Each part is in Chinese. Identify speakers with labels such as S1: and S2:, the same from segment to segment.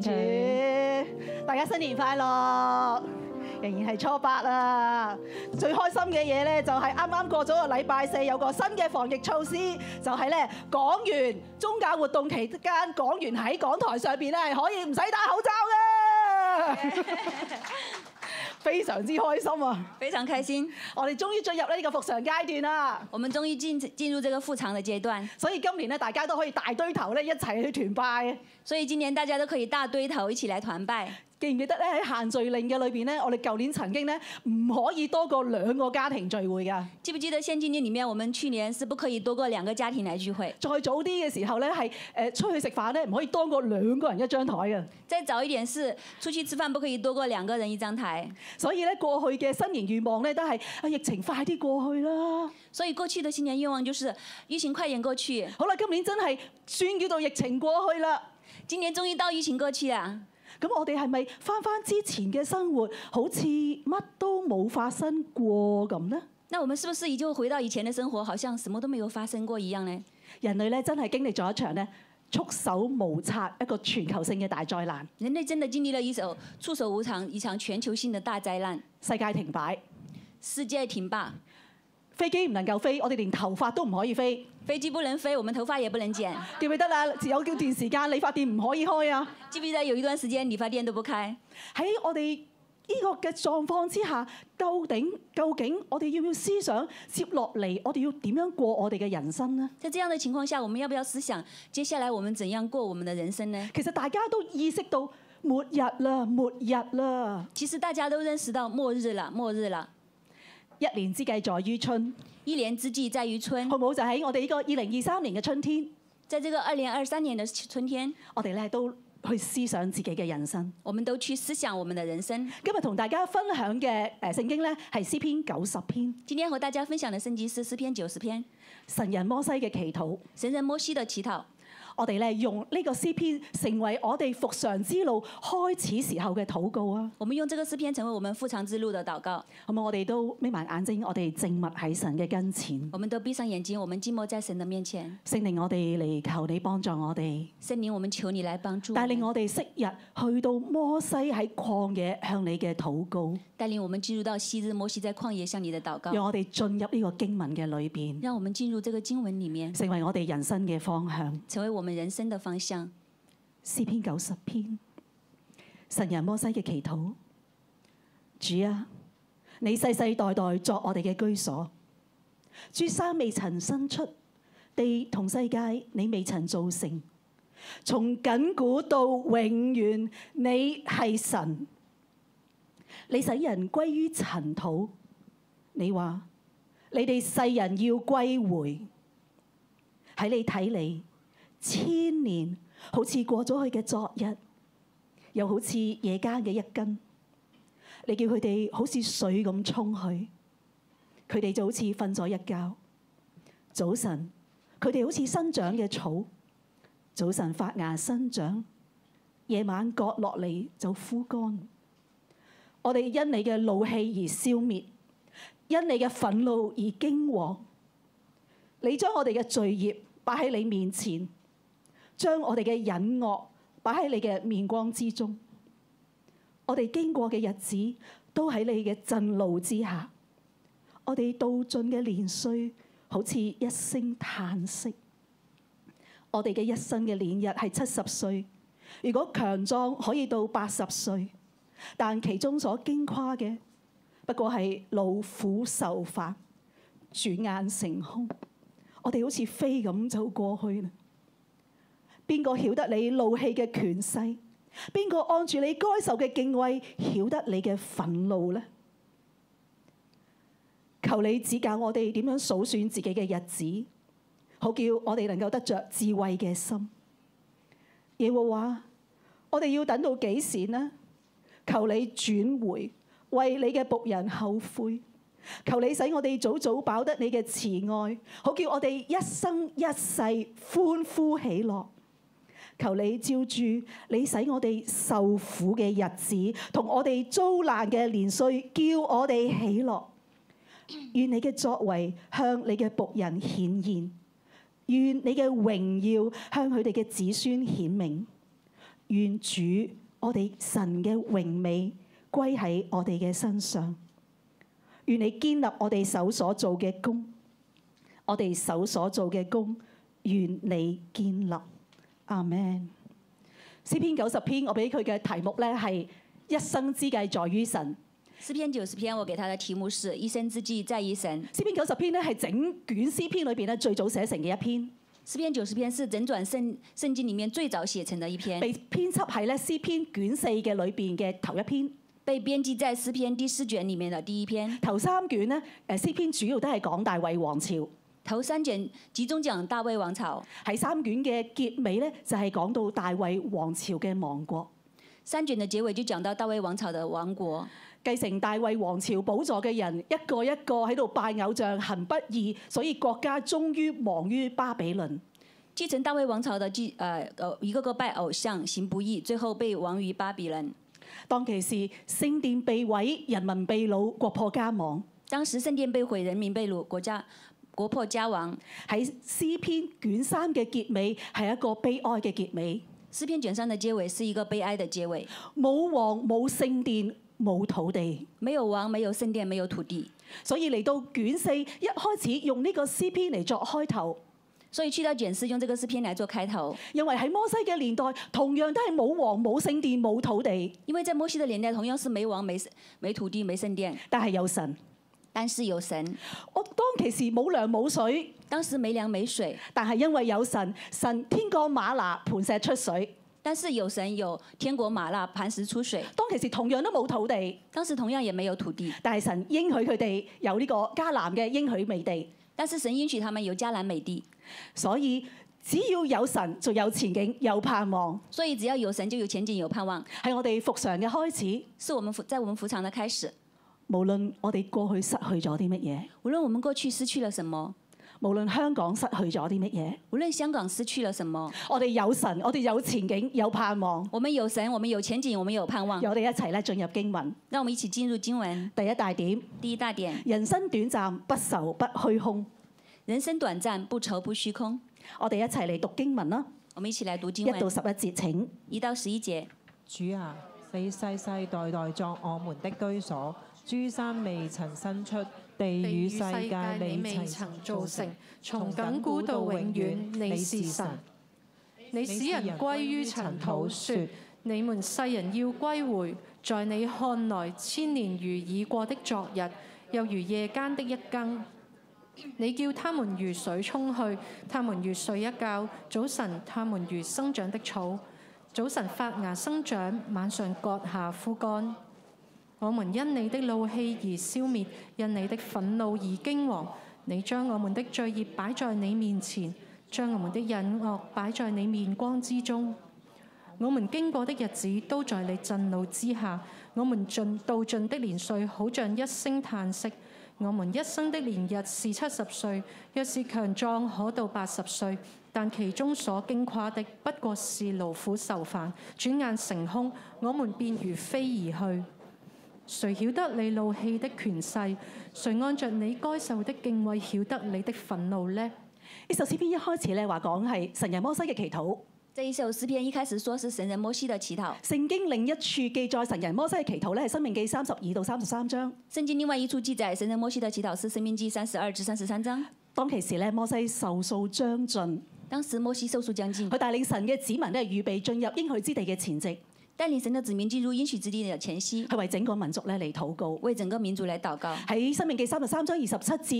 S1: 主，嗯大家新年快樂！仍然係初八啊，最開心嘅嘢呢，就係啱啱過咗個禮拜四有個新嘅防疫措施，就係呢講員宗教活動期間講員喺講台上邊呢係可以唔使戴口罩嘅，非常之開心啊！
S2: 非常開心，
S1: 我哋終於進入呢個復常階段啦，
S2: 我們終於進进入這個復常的階段，
S1: 所以今年呢，大家都可以大堆頭呢一齊去團拜。
S2: 所以今年大家都可以大堆頭一起來團拜。
S1: 記唔記得咧？喺限聚令嘅裏邊咧，我哋舊年曾經咧唔可以多過兩個家庭聚會㗎。
S2: 記不記得現今年裡面，我們去年是不可以多過兩個家庭來聚會，
S1: 再早啲嘅時候咧，係誒出去食飯咧，唔可以多過兩個人一張台嘅。
S2: 再早一點是出去吃飯不可以多過兩個人一張台。
S1: 所以咧，過去嘅新年願望咧，都係啊疫情快啲過去啦。
S2: 所以過去的新年願望就是疫情快點過去。
S1: 好啦，今年真係算叫做疫情過去啦。
S2: 今年終於到疫情過去啦，
S1: 咁我哋係咪翻翻之前嘅生活，好似乜都冇發生過咁呢？
S2: 那我們是不是也就回到以前的生活，好像什麼都沒有發生過一樣呢？
S1: 人類咧真係經歷咗一場咧束手無策一個全球性嘅大災難，
S2: 人類真的經歷了一首束手無常、一場全球性的大災難，
S1: 世界停擺。
S2: 世界停擺，
S1: 飛機唔能夠飛，我哋連頭髮都唔可以飛。
S2: 飛機不能飛，我們頭髮也不能剪。
S1: 記唔記得啦？有段時間理髮店唔可以開啊！
S2: 記不記得有一段時間理髮店都不開？
S1: 喺我哋呢個嘅狀況之下，究竟究竟我哋要唔要思想接落嚟？我哋要點樣過我哋嘅人生呢？
S2: 在這樣的情況下，我們要不要思想接下來我們怎樣過我們的人生呢？
S1: 其實大家都意識到末日啦，末日啦！
S2: 其實大家都認識到末日了，末日了，
S1: 一年之計在於春，
S2: 一年之計在於春
S1: 好。唔好？就喺我哋呢個二零二三年嘅春天，
S2: 在這個二零二三年的春天，
S1: 我哋咧都去思想自己嘅人生。
S2: 我們都去思想我們的人生。
S1: 今日同大家分享嘅誒聖經咧係詩篇九十篇，
S2: 今天和大家分享的聖經是詩篇九十篇，
S1: 神人摩西嘅祈禱。
S2: 神人摩西的祈禱。
S1: 我哋咧用呢個詩篇成為我哋復常之路開始時候嘅禱告啊！
S2: 我們用這個詩篇成為我們復常之路的禱告。
S1: 好冇？我哋都眯埋眼睛，我哋靜默喺神嘅跟前。
S2: 我們都閉上眼睛，我們靜默在神的面前。
S1: 聖靈，我哋嚟求你幫助我哋，
S2: 聖靈，我們求你來幫助我
S1: 帶
S2: 們，
S1: 領我哋昔日去到摩西喺曠野向你嘅禱告，
S2: 帶領我們進入到昔日摩西在曠野向你的禱告，
S1: 讓我哋進入呢個經文嘅裏邊，
S2: 讓我們進入這個經文裡面，
S1: 成為我哋人生嘅方向。
S2: 成為我們人生的方向。
S1: 詩篇九十篇，神人摩西嘅祈禱。主啊，你世世代代作我哋嘅居所，諸山未曾生出，地同世界你未曾造成。從亘古到永遠，你係神。你使人歸於塵土，你話你哋世人要歸回。喺你睇嚟，千年好似過咗去嘅昨日，又好似夜間嘅一根。你叫佢哋好似水咁沖去，佢哋就好似瞓咗一覺。早晨，佢哋好似生長嘅草，早晨發芽生長，夜晚割落嚟就枯乾。我哋因你嘅怒氣而消滅，因你嘅憤怒而驚惶。你將我哋嘅罪孽擺喺你面前。將我哋嘅隱惡擺喺你嘅面光之中。我哋經過嘅日子都喺你嘅震怒之下，我哋到盡嘅年歲好似一聲嘆息。我哋嘅一生嘅年日係七十歲，如果強壯可以到八十歲，但其中所經跨嘅不過係勞苦受乏，轉眼成空。我哋好似飛咁就過去啦。邊個曉得你怒氣嘅權勢？邊個按住你該受嘅敬畏，曉得你嘅憤怒呢？求你指教我哋點樣數算自己嘅日子，好叫我哋能夠得着智慧嘅心。耶和華，我哋要等到幾時呢？求你轉回，為你嘅僕人後悔。求你使我哋早早飽得你嘅慈愛，好叫我哋一生一世歡呼喜樂。求你照住你使我哋受苦嘅日子，同我哋遭難嘅年歲，叫我哋喜樂。願你嘅作為向你嘅仆人顯現，願你嘅榮耀向佢哋嘅子孫顯明。願主我哋神嘅榮美歸喺我哋嘅身上。願你建立我哋手所做嘅功，我哋手所做嘅功，願你建立。阿 man。詩篇九十篇，我俾佢嘅題目咧係一生之計在於神。
S2: 诗篇九十篇，我给他的题目是“一生之计在于神
S1: 詩篇九十篇咧係整卷詩篇裏邊咧最早寫成嘅一篇，”。
S2: 诗篇九十篇是整卷圣圣经里面最早写成的一篇，
S1: 被編輯喺咧詩篇卷四嘅裏邊嘅頭一篇。
S2: 被编辑在诗篇第四卷里面的第一篇。
S1: 頭三卷咧，誒詩篇主要都係講大衛王朝。
S2: 头三卷集中讲大卫王朝，
S1: 喺三卷嘅結尾咧，就係、講到大衛王朝嘅亡國，
S2: 三卷的结尾就讲到大卫王朝的亡国。
S1: 繼承大衛王朝寶座嘅人一個一個喺度拜偶像，行不義，所以國家終於亡於巴比倫。
S2: 继承大卫王朝的继呃呃一个个拜偶像行不义，最后被亡于巴比伦。
S1: 當其時，聖殿被毀，人民被擄，國破家亡。
S2: 当时圣殿被毁，人民被掳，国家国破家亡。
S1: 喺詩篇卷三嘅結尾係一個悲哀嘅結尾，
S2: 诗篇卷三的结尾是一个悲哀的结尾，
S1: 冇王冇聖殿冇土地，
S2: 没有王，没有圣殿，没有土地。
S1: 所以嚟到卷四一開始用呢個詩篇嚟作開頭，
S2: 所以去到卷四，用这个诗篇来做开头，
S1: 因為喺摩西嘅年代同樣都係冇王冇聖殿冇土地，
S2: 因为在摩西的年代，同样是没王、没圣没土地、没圣殿，
S1: 但係有神。
S2: 但是有神。
S1: 我當其時冇糧冇水，
S2: 当时没粮没水，
S1: 但係因為有神，神天降馬拿磐石出水。
S2: 但是有神有天国马辣磐石出水。
S1: 當其時同樣都冇土地，
S2: 当时同样也没有土地，
S1: 但係神應許佢哋有呢個迦南嘅應許美地，
S2: 但是神允许他们有迦南美地，
S1: 所以只要有神就有前景，有盼望，
S2: 所以只要有神就有前景有盼望，
S1: 係我哋復常嘅開始。
S2: 是我们服在我们服常的开始。
S1: 無論我哋過去失去咗啲乜嘢，
S2: 无论我们过去失去了什么，
S1: 無論香港失去咗啲乜嘢，
S2: 无论香港失去了什么，
S1: 我哋有神，我哋有前景，有盼望。
S2: 我们有神，我们有前景，我们有盼望。
S1: 我哋一齊咧進入經文。
S2: 让我们一起进入经文
S1: 第一大點：
S2: 第一大点：
S1: 人生短暫，不愁不虛空。
S2: 人生短暂，不愁不虚空。
S1: 我哋一齊嚟讀經文啦，
S2: 我们一起来读经
S1: 一到
S2: 文
S1: 十一節請。
S2: 一到十一节。
S3: 主啊，你世世代代作我們的居所，諸山未曾生出，地
S4: 地
S3: 與
S4: 與
S3: 世
S4: 世
S3: 界
S4: 界
S3: 你
S4: 你
S3: 未
S4: 未
S3: 曾
S4: 曾
S3: 造成
S4: 造成。，
S3: 從
S4: 從
S3: 亘
S4: 亘
S3: 古
S4: 古
S3: 到
S4: 到
S3: 永
S4: 永
S3: 遠
S4: 遠，
S3: 你
S4: 你
S3: 是
S4: 是
S3: 神
S4: 神。你
S3: 你
S4: 使人歸於塵土，
S3: 說
S4: 說：你們世人要歸回。在你看來，千年如已過的昨日，又如夜間的一更。你叫他們如水沖去，他們如睡一覺；早晨，他們如生長的草。早晨發芽生長，晚上割下枯乾。我們因你的怒氣而消滅，因你的憤怒而驚惶。你將我們的罪孽擺在你面前，將我們的隱惡擺在你面光之中。我們經過的日子都在你震怒之下，我們盡到盡的年歲好像一聲嘆息。我們一生的年日是七十歲，若是強壯可到八十歲，但其中所經跨的不過是勞苦愁煩，轉眼成空，我們便如飛而去。誰曉得你怒氣的權勢？誰按着你該受的敬畏曉得你的憤怒呢？
S1: 呢首詩篇一開始咧話講係神人摩西嘅祈禱，
S2: 这一首诗篇一开始说是神人摩西的祈祷，
S1: 聖經另一處記載神人摩西嘅祈禱咧係《生命記》三十二到三十三章。
S2: 圣经另外一处记载神人摩西的祈祷是《生命记》三十二至三十三章。
S1: 當其時咧，摩西受數將盡，
S2: 当时摩西受数将近
S1: 佢，帶領神嘅子民咧預備進入應許之地嘅前夕，
S2: 带领神的子民进入应许之地的前夕，
S1: 佢為整個民族咧嚟禱告。
S2: 为整个民族来祷告。《
S1: 喺《生命記》三十三章二十七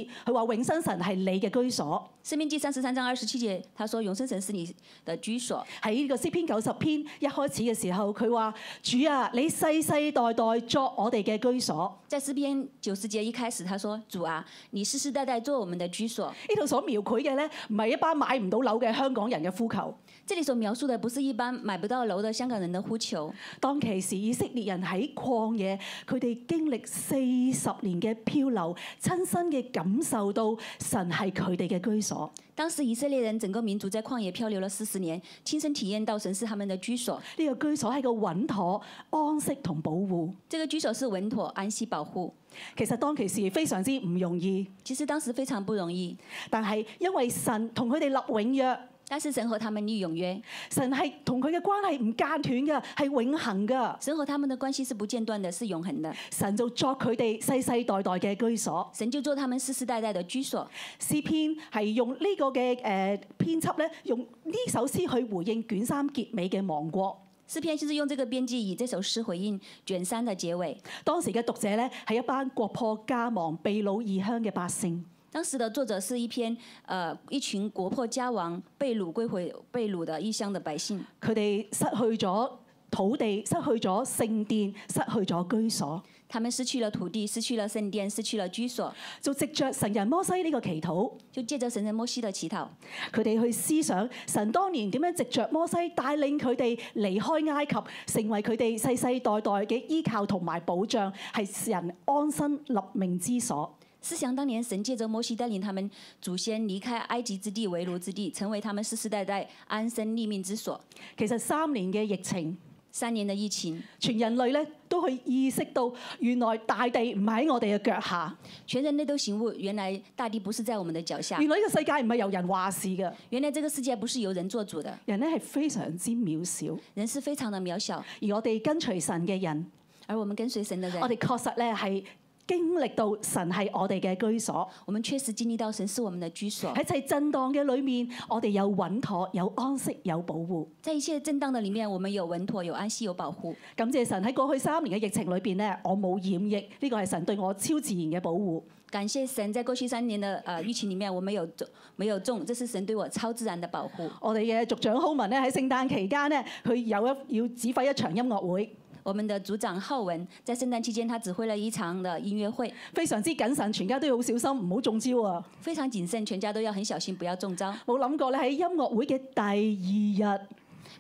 S1: 節，佢話永生神係你嘅居所。
S2: 生命记》三十三章二十七节，他说：“永生神是你的居所。
S1: 喺呢個詩篇九十篇一開始嘅時候，佢話：主啊，你世世代代作我哋嘅居所。”
S2: 在诗篇九十节一开始，他说：“主啊，你世世代代做我们的居所。
S1: 呢度所描繪嘅咧，唔係一班買唔到樓嘅香港人嘅呼求。”
S2: 这里所描述的不是一般买不到楼的香港人的呼求。
S1: 當其時，以色列人喺曠野，佢哋經歷四十年嘅漂流，親身嘅感受到神係佢哋嘅居所。
S2: 当时以色列人整个民族在旷野漂流了四十年，亲身体验到神是他们的居所。
S1: 呢、個居所係個穩妥、安息同保護。
S2: 这个居所是稳妥、安息、保护。
S1: 其實當其時非常之唔容易，
S2: 其实当时非常不容易，
S1: 但係因為神同佢哋立永約，
S2: 但是神和他们立永约，
S1: 神係同佢嘅關係唔間斷嘅，係永恆嘅。
S2: 神和他们的关系是不间断的，是永恒的。
S1: 神就作佢哋世世代代嘅居所。
S2: 神就做他们世世代代的居所。
S1: 詩篇係用呢個嘅誒、呃、編輯咧，用呢首詩去回應卷三結尾嘅亡國。
S2: 诗篇就是用这个编辑以这首诗回应卷三的结尾。
S1: 當時嘅讀者咧係一班國破家亡、被擄異鄉嘅百姓。
S2: 当时的作者是一篇呃一群国破家亡、被掳归回被掳的异乡的百姓，
S1: 佢哋失去咗土地，失去咗聖殿，失去咗居所，
S2: 他们失去了土地，失去了圣殿，失去了居所，
S1: 就藉着神人摩西呢個祈禱，
S2: 就借着神人摩西的祈禱，
S1: 佢哋去思想神當年點樣藉着摩西帶領佢哋離開埃及，成為佢哋世世代代嘅依靠同埋保障，係人安身立命之所。
S2: 思想当年神借着摩西带领他们祖先离开埃及之地为奴之地，成为他们世世代代安身立命之所。
S1: 其實三年嘅疫情，
S2: 三年的疫情，
S1: 全人類咧都去意識到原來大地唔喺我哋嘅腳下，
S2: 全人类都醒悟，原来大地不是在我们的脚下
S1: 原，來呢個世界唔係由人話事嘅，
S2: 原来这个世界不是由人做主的，
S1: 人咧係非常之渺小，
S2: 人是非常的渺小，
S1: 而我哋跟隨神嘅人。
S2: 而我们跟随神的人，
S1: 我哋確實咧係經歷到神係我哋嘅居所，
S2: 我们确实经历到神是我们的居所。
S1: 喺一切震盪嘅裏面，我哋有穩妥、有安息、有保護。
S2: 在一切震荡的里面，我们有稳妥、有安息、有保护。
S1: 感謝神喺過去三年嘅疫情裏邊咧，我冇染疫，呢個係神對我超自然嘅保護。
S2: 感谢神，在过去三年的呃疫情里面，我没有中，没有中，这是神对我超自然的保护。
S1: 我哋嘅族長浩文咧喺聖誕期間咧，佢有一要指揮一場音樂會，
S2: 我们的组长浩文在圣诞期间，他指挥了一场的音乐会，
S1: 非常之謹慎，全家都要好小心，唔好中招啊！
S2: 非常谨慎，全家都要很小心，不要中招。
S1: 冇諗過咧喺音樂會嘅第二日，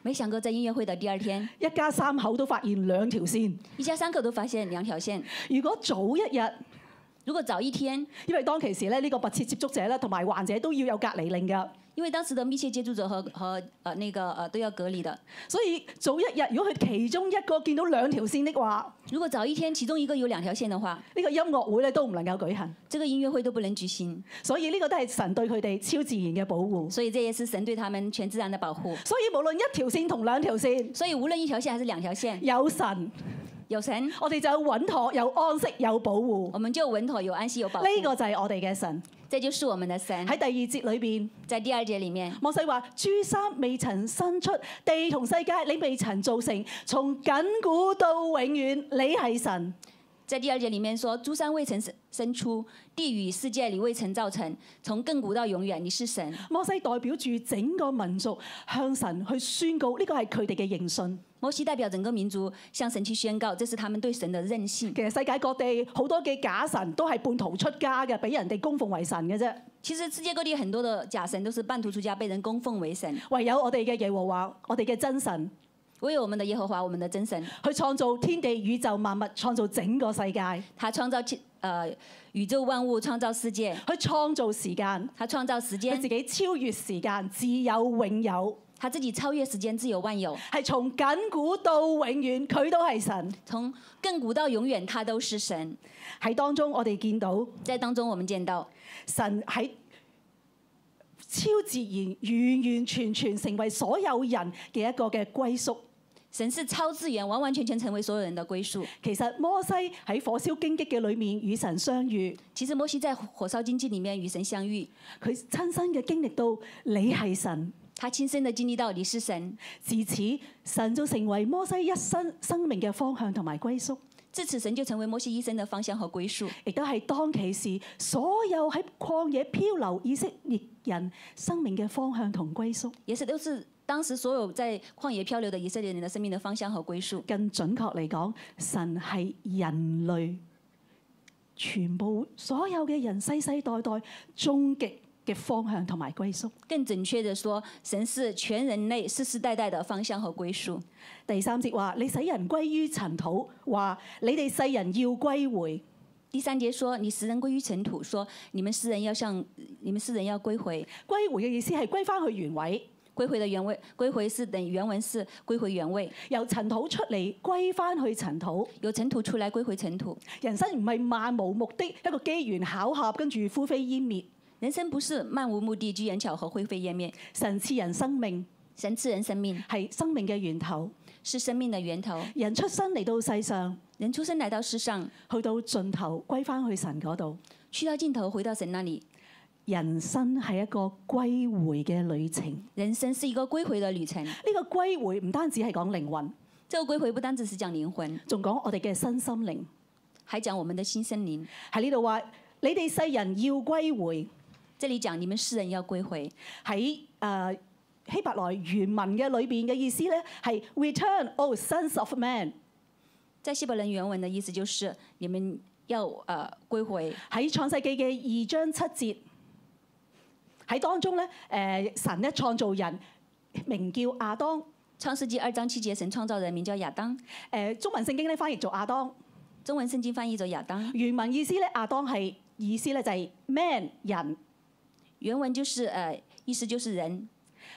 S2: 没想到在音乐会的第二天，
S1: 一家三口都發現兩條線。
S2: 一家三口都发现两条线。
S1: 如果早一日，
S2: 如果早一天，
S1: 因為當其時咧，呢、個密切接觸者咧同埋患者都要有隔離令㗎，
S2: 因为当时的密切接触者和和呃那个呃都要隔离的，
S1: 所以早一日如果佢其中一個見到兩條線的話，
S2: 如果早一天其中一个有兩條線的話，
S1: 呢、個音樂會咧都唔能夠舉行。
S2: 這個音樂會都不能舉行，
S1: 所以呢個都係神對佢哋超自然嘅保護。
S2: 所以這也是神對他們全自然的保護。
S1: 所以無論一條線同兩條線，
S2: 所以無論一條線還是兩條線，
S1: 有神，
S2: 有神，
S1: 我哋就有穩妥、有安息、有保護。
S2: 我們就穩妥、有安息、有保
S1: 呢
S2: 護。
S1: 個就係我哋嘅神。
S2: 這就是我們的神。
S1: 喺第二節裏邊，
S2: 在第二節裡面，
S1: 摩西話：諸山未曾生出，地同世界你未曾造成，從緊古到永遠，你係神。
S2: 在第二節裡面說：“諸山未曾生生出，地與世界裡未曾造成，從亘古到永遠，你是神。
S1: 摩西代表住整個民族向神去宣告，呢個係佢哋嘅認信。”
S2: 摩西代表整個民族向神去宣告，這是他們對神的任性。
S1: 其實世界各地好多嘅假神都係半途出家嘅，俾人哋供奉為神嘅啫。
S2: 其實世界各地很多的假神都是半途出家，被人供奉為神。
S1: 唯有我哋嘅耶和華，我哋嘅真神，
S2: 唯有我們的耶和華，我們的真神，
S1: 去創造天地宇宙萬物，創造整個世界，
S2: 他創造其呃宇宙萬物，創造世界，
S1: 去創造時間，
S2: 他創造時
S1: 佢
S2: 間
S1: 自，己超越時間，自有永有，
S2: 他自己超越時間，自由萬有，
S1: 係從緊古到永遠，佢都係神。
S2: 從亘古到永遠，他都是神。
S1: 喺當中我哋見到
S2: 在當中，我們見到
S1: 神喺超自然、完完全全成為所有人嘅一個嘅歸宿。
S2: 神是超自然，完完全全成為所有人的歸宿。
S1: 其實摩西喺火燒荊棘嘅裏面與神相遇，
S2: 其實摩西在火燒荊棘裡面與神相遇，
S1: 佢親身嘅經歷到你係神，
S2: 他親身的經歷到你是神，
S1: 自此神就成為摩西一生生命嘅方向同埋歸宿，
S2: 自此神就成為摩西一生的方向和歸宿，
S1: 亦都係當其時所有喺曠野漂流以色列人生命嘅方向同歸宿。
S2: 也是都是當時所有在曠野漂流的以色列人的生命的方向和歸宿。
S1: 更準確嚟講，神係人類全部所有嘅人世世代代終極嘅方向同埋歸宿。
S2: 更準確的說，神是全人類世世代代的方向和歸宿。
S1: 第三節話：你使人歸於塵土，話你哋世人要歸回。
S2: 第三節說：“你使人歸於塵土，說你們世人要向你們世人要歸回，
S1: 歸回嘅意思係歸翻去原位，
S2: 歸回的原位，歸回是等於原文是歸回原位，
S1: 由塵土出嚟，歸翻去塵土。
S2: 由塵土出來歸回塵土。
S1: 人生唔係漫無目的，一個機緣巧合，跟住灰飛煙滅。
S2: 人生不是漫无目的、机缘巧合、灰飞烟灭。
S1: 神賜人生命
S2: 神赐人生命，
S1: 係生命嘅源頭。
S2: 是生命的源頭。
S1: 人出生嚟到世上，
S2: 人出生來到世上，
S1: 去到盡頭歸翻去神嗰度，
S2: 去到盡頭，回到神那裡。
S1: 人生係一個歸回嘅旅程。呢、
S2: 人生是一個歸回的旅程。
S1: 個歸回唔單止係講靈魂，
S2: 這個歸回不單只是講靈魂，
S1: 仲講我哋嘅身心靈。
S2: 還講我們的新生靈。
S1: 喺呢度話：你哋世人要歸回。
S2: 這裡講你們世人要歸回，
S1: 喺誒、呃希伯來原文嘅裏邊嘅意思咧，係 return, O sons of man。
S2: 在希伯來原文的意思就是你們要呃歸回。
S1: 喺創世記嘅二章七節喺當中咧，誒、呃神咧創造人，名叫亞當。誒、
S2: 創世紀二章七節，神創造人名叫亞當，
S1: 呃中文聖經咧翻譯做亞當，
S2: 中文聖經翻譯做亞當。
S1: 原文意思咧亞當係意思咧就係 man 人，
S2: 原文就是呃，意思就是人，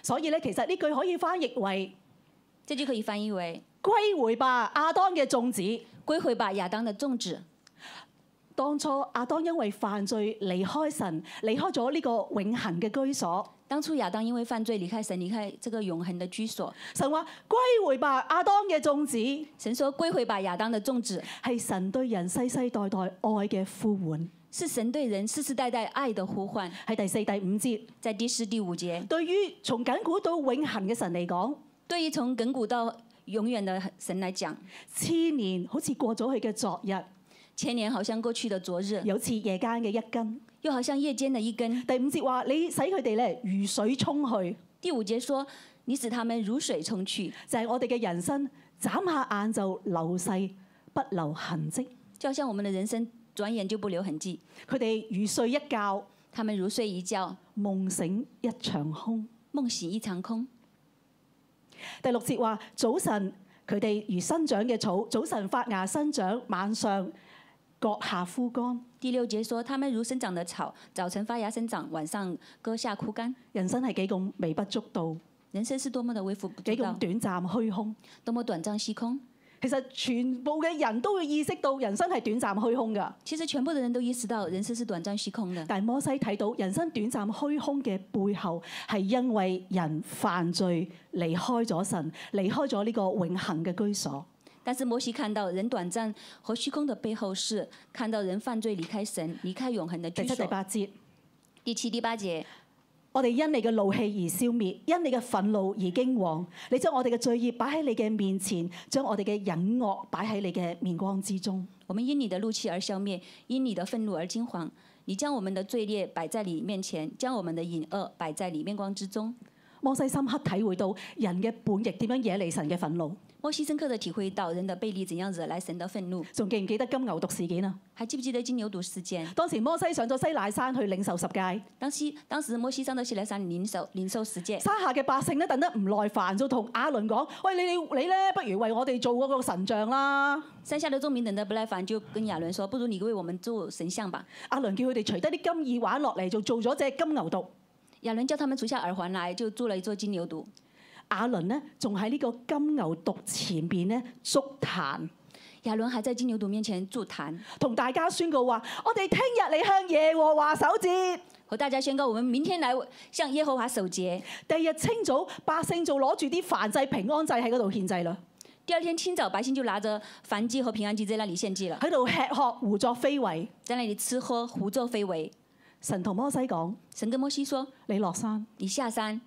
S1: 所以咧其實呢句可以翻譯為
S2: 這就可以翻譯為
S1: 歸回吧，亞當嘅眾子。
S2: 歸回吧，亞當的眾子。
S1: 當初亞當因為犯罪離開神，離開咗呢個永恆嘅居所。
S2: 當初亞當因為犯罪離開神，離開這個永恆的居所。
S1: 神話歸回吧，亞當嘅眾子
S2: 神說：“歸回吧，亞當的眾子。
S1: 係神對人世世代代愛嘅呼喚。”
S2: 是神對人世世代代愛的呼喚。
S1: 喺第四、第五節，
S2: 在第四、第五節，
S1: 對於從緊古到永恆嘅神嚟講，
S2: 對於從亘古到永遠的神來講，
S1: 千年好似過咗去嘅昨日，
S2: 千年好像過去的昨日，
S1: 有似夜間嘅一根。
S2: 又好像夜間的一根。
S1: 第五節話：你使佢哋咧如水沖去，
S2: 第五節說：“你使他們如水沖去，
S1: 就係、我哋嘅人生，眨下眼就流逝，不留痕跡。
S2: 就好像我們的人生轉眼就不留痕跡。
S1: 佢哋如睡一覺，
S2: 他們如睡一覺，
S1: 夢醒一場空。
S2: 夢醒一場空。”
S1: 第六節話：早晨佢哋如生長嘅草，早晨發芽生長，晚上割下枯乾。
S2: 第六節說，他们如生长的草，早晨发芽生长，晚上割下枯干。
S1: 人生係幾咁微不足道，
S2: 人生是多么的微乎不
S1: 幾
S2: 足
S1: 咁
S2: 道，
S1: 短暫虛空。
S2: 多么短暫虛空。
S1: 其實全部嘅人都會意識到人生係短暫虛空㗎，
S2: 其實全部的人都意識到人生是短暫虛空的，
S1: 但係摩西睇到人生短暫虛空嘅背後係因為人犯罪離開咗神，離開咗呢個永恆嘅居所。
S2: 但是摩西看到人短暫和虛空的背後是看到人犯罪離開神，離開永恆的
S1: 第
S2: 居
S1: 七、第
S2: 所。
S1: 八節，
S2: 第七、第八節，
S1: 我哋因你嘅怒氣而消滅，因你嘅憤怒而驚惶。你將我哋嘅罪孽擺喺你嘅面前，將我哋嘅隱惡擺喺你嘅面光之中。
S2: 我們因你的怒氣而消滅，因你的憤怒而驚惶。你將我們的罪孽擺在你面前，將我們的隱惡擺在你面光之中。
S1: 摩西深刻體會到人嘅本逆點樣惹嚟神嘅憤怒。
S2: 摩西深刻的體會到人的悖逆怎樣惹來神的憤怒。
S1: 仲記唔記得金牛犢事件啊？
S2: 還記不記得金牛犢事件？
S1: 當時摩西上咗西乃山去領受十戒，
S2: 当西当时摩西上到西奈山領受領受十戒，
S1: 山下嘅百姓咧等得唔耐煩，就同亞倫講：喂，你你你咧，不如為我哋做嗰個神像啦！
S2: 山下的眾民等得不耐煩，就跟亞倫說：不如你為我們做神像吧。
S1: 亞倫叫佢哋除低啲金耳環落嚟，就做咗隻金牛犢。
S2: 亞倫叫他們除下耳環來，就做了一座金牛犢。
S1: 亞倫呢，仲喺呢個金牛犢前邊咧築壇。
S2: 亞倫還在金牛犢面前築壇，
S1: 同大家宣告話：我哋聽日嚟向耶和華守節。
S2: 和大家宣告：我們明天來向耶和華守節。
S1: 第二日清早，百姓就攞住啲燔祭、平安祭喺嗰度獻祭啦，
S2: 第二天清早，百姓就拿着燔祭和平安祭在那裡獻祭了，
S1: 喺度吃喝胡作非為。
S2: 在那裡吃喝，胡作非為。
S1: 神同摩西講：
S2: 神跟摩西說
S1: 你落山，：
S2: 你下山，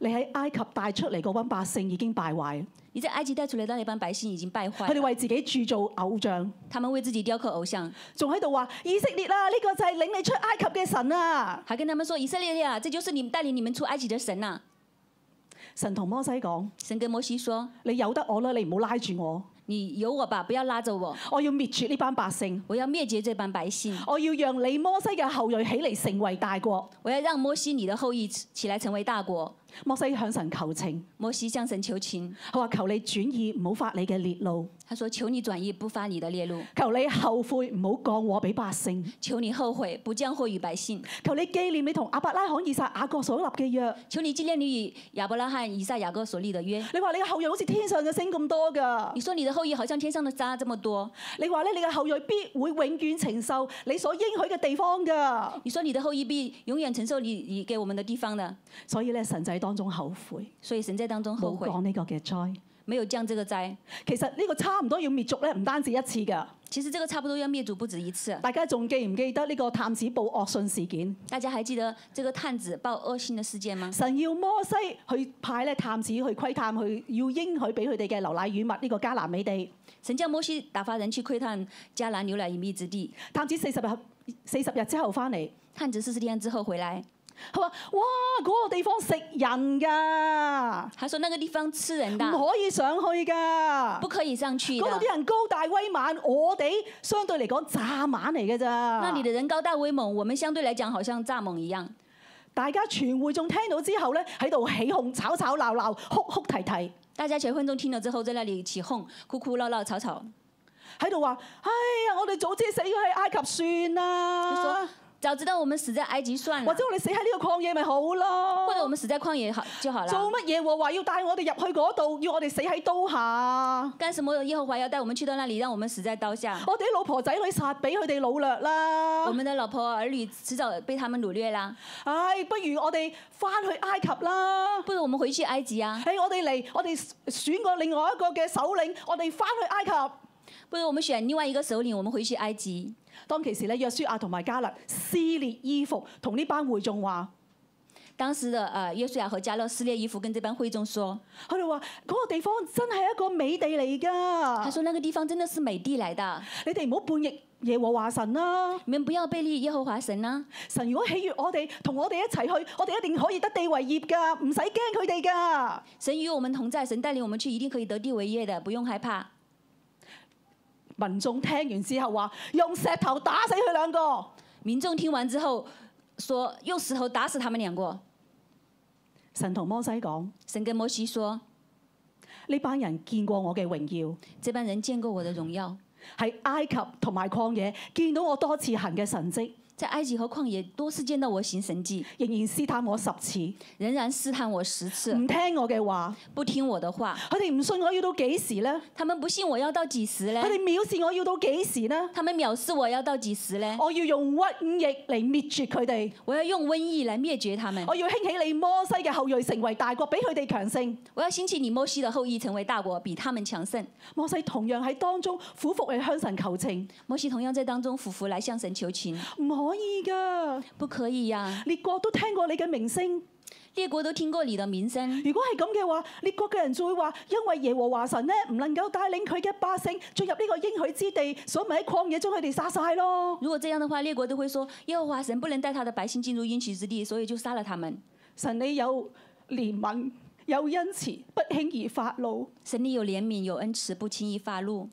S1: 你喺埃及帶出嚟嗰班百姓已經敗壞，
S2: 你在埃及帶出來的那班百姓已經敗
S1: 佢
S2: 壞
S1: 哋
S2: 了，
S1: 為自己鑄造偶像，
S2: 他們為自己雕刻偶像，
S1: 仲喺度話以色列啊，呢、個就係領你出埃及嘅神啊！
S2: 還跟他們說：以色列啊，這就是你們帶領你們出埃及的神呐、
S1: 神同摩西講：
S2: 神跟摩西說
S1: 你由得我啦，你唔好拉住我，：“
S2: 你有我吧，不要拉着我，
S1: 我要滅絕呢班百姓，
S2: 我要滅絕這班百姓，
S1: 我要讓你摩西嘅後裔起嚟成為大國。
S2: 我要讓摩西你的後裔起起來成為大國。
S1: 摩西向神求情，
S2: 摩西向神求情，
S1: 佢話求你轉意，唔好發你嘅烈怒，
S2: 他说：“求你转移，不发你的烈怒；
S1: 求你後悔，唔好降禍俾百姓，
S2: 求你后悔，不降祸于百姓；
S1: 求你紀念你同亞伯拉罕、以撒、雅各所立嘅約。
S2: 求你纪念你与亚伯拉罕、以撒、雅各所立的约。
S1: 你話你嘅後裔好似天上嘅星咁多㗎，
S2: 你说你的后裔好像天上的沙这么多，
S1: 你話咧你嘅後裔必會永遠承受你所應許嘅地方㗎。
S2: 你说你的后裔必永远承受你你给我们的地方呢。
S1: 所以咧，神就喺當中後悔，
S2: 所以神在当中后
S1: 冇
S2: 悔，
S1: 講呢個嘅災。
S2: 没有降这个灾。
S1: 其實呢個差唔多要滅族咧，唔單止一次㗎。
S2: 其实这个差不多要灭族不止一次。
S1: 大家仲記唔記得呢個探子報惡信事件？
S2: 大家还记得这个探子报恶信的事件吗？
S1: 神要摩西去派咧探子去窺探，去要應許俾佢哋嘅流奶與蜜呢個迦南美地。
S2: 神叫摩西打发人去窥探迦南牛奶隐秘之地。
S1: 探子四十日四十日之後翻嚟，
S2: 探子四十天之后回来，
S1: 佢話：哇，嗰、個地方食人㗎，
S2: 他说那个地方吃 人的，
S1: 唔可以上去㗎。
S2: 不可啊以上去
S1: 嗰
S2: 的
S1: 度。啲人高大威猛，我哋相對嚟講蚱蜢嚟㗎咋。
S2: 那里的人高大威猛，我们相对来讲好像蚱蜢一样。
S1: 大家全會眾聽到之後咧，喺度起哄、吵吵鬧鬧、哭哭啼啼，
S2: 大家全混众听了之后，在那里起哄、哭哭闹闹、吵吵，
S1: 喺度話：哎呀，我哋早知死喺埃及算
S2: 就
S1: 啦
S2: 说。早知道我们死在埃及算
S1: 或
S2: 了
S1: 者，我哋死喺呢個曠野咪好咯
S2: 或。者我们死在旷野好就好
S1: 做
S2: 了。
S1: 乜嘢喎？話要帶我哋入去嗰度，要我哋死喺刀下。
S2: 干什么？耶和华要带我们去到那里，让我们死在刀下。
S1: 我哋啲老婆仔女殺俾佢哋掳掠啦
S2: 我。们的老婆儿女迟早被他们掳掠啦，
S1: 唉、不如我哋翻去埃及啦。
S2: 不如我们回去埃及啊！
S1: 唉、我哋嚟，我哋選個另外一個嘅首領，我哋翻去埃及。
S2: 不如我们选另外一个首领，我们回去埃及。
S1: 當其時咧，約書亞同埋加勒撕裂衣服，同呢班會眾話：
S2: 当时的呃约书亚和加勒撕裂衣服，跟这帮会众说，
S1: 佢哋話嗰個地方真係一個美地嚟
S2: 他
S1: 㗎，
S2: 说那个地方真的是美地来的，
S1: 你哋唔好叛逆耶和華神啦、
S2: 你们不要背离耶和华神啊！
S1: 神如果喜悅我哋，同我哋一齊去，我哋一定可以得地為業㗎，唔使驚佢哋㗎。
S2: 神与我们同在，神带领我们去，一定可以得地为业的，不用害怕。
S1: 民眾聽完之後話：用石頭打死佢兩個。
S2: 民众听完之后说，用石头打死他们两个。
S1: 神同摩西講：
S2: 神跟摩西说，
S1: 呢班人見過我嘅榮耀，
S2: 这班人见过我的荣耀，
S1: 喺埃及同埋曠野見到我多次行嘅神跡，
S2: 在埃及和旷野多次见到我行神迹，
S1: 仍然試探我十次，
S2: 仍然试探我十次，
S1: 唔聽我嘅話。
S2: 不听我的话。
S1: 佢哋唔信我要到幾時呢？
S2: 他们不信我要到几时嘞
S1: 佢？哋藐視我要到幾時呢？
S2: 他们藐视我要到几时嘞？
S1: 我要用屈逆嚟滅絕佢哋，
S2: 我要用瘟疫来灭绝他们
S1: 我。要興起你摩西嘅後裔成為大國，俾佢哋強盛。
S2: 我要兴起你摩西的后裔成为大国，比他们强盛。
S1: 摩西同樣喺當中苦服去向神求情，
S2: 摩西同样在当中俯伏来向神求情，
S1: 唔可以㗎。
S2: 不可以呀、
S1: 列國都聽過你嘅名聲，
S2: 列国都听过你的名声，
S1: 如果係咁嘅話，列國嘅人就會話：因為耶和華神呢唔能夠帶領佢嘅百姓進入呢個應許之地，所以咪喺曠野將佢哋殺晒咯。
S2: 如果这样的话，列国都会说耶和华神不能带他的百姓进入应许之地，所以就杀了他们。
S1: 神你有憐憫，有恩慈，不輕而發怒，
S2: 神你有怜悯，有恩慈，不轻易发怒，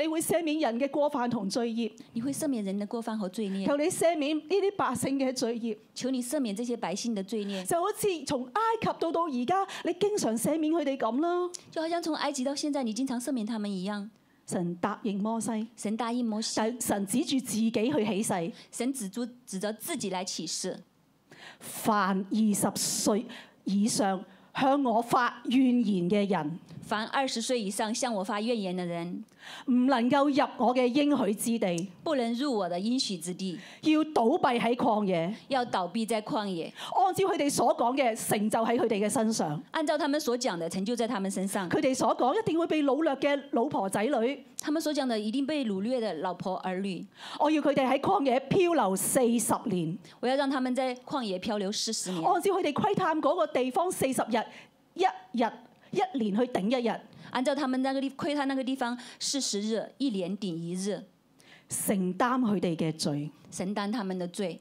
S1: 你會赦免人嘅過犯同罪孽，
S2: 你会赦免人的过犯和罪孽
S1: 求。你赦免呢啲百姓嘅罪孽，
S2: 求你赦免这些百姓的罪孽，
S1: 就好似從埃及到到而家，你經常赦免佢哋咁啦。
S2: 就好像从埃及到现在，你经常赦免他们一样。
S1: 神答應摩西。
S2: 神答应摩西，
S1: 但神指住自己去起誓，
S2: 神指出指着自己来起誓，
S1: 凡二十歲以上向我發怨言嘅人，
S2: 凡二十岁以上向我发怨言的人，
S1: 唔能夠入我嘅應許之地，
S2: 不能入我的应许之地，
S1: 要倒斃喺曠野，
S2: 要倒闭在旷野。
S1: 按照佢哋所講嘅成就喺佢哋嘅身上。
S2: 按照他们所讲的，成就在他们身上。
S1: 佢哋所講一定會被掳掠嘅老婆仔女，
S2: 他们所讲的一定被掳掠的老婆儿女，
S1: 我要佢哋喺曠野漂流四十年，
S2: 我要让他们在旷野漂流四十年，
S1: 按照佢哋窺探嗰個地方四十日，一日一年去頂一日，
S2: 按照他们那个地窥探那个地方四十日，一年顶一日，
S1: 承擔佢哋嘅罪。
S2: 承担他们的罪。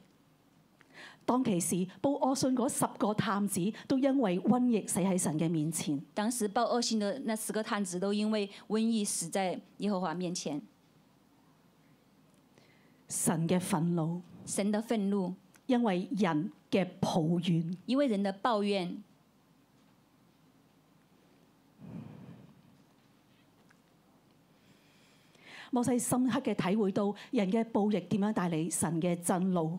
S1: 當其時，報惡信嗰十個探子都因為瘟疫死喺神嘅面前。
S2: 当时报恶信的那十个探子都因为瘟疫死在耶和华面前，
S1: 神嘅憤怒，
S2: 神的愤怒，
S1: 因為人嘅抱怨，
S2: 因为人的抱怨，
S1: 摩西深刻嘅體會到人嘅暴逆點樣帶嚟神嘅震怒。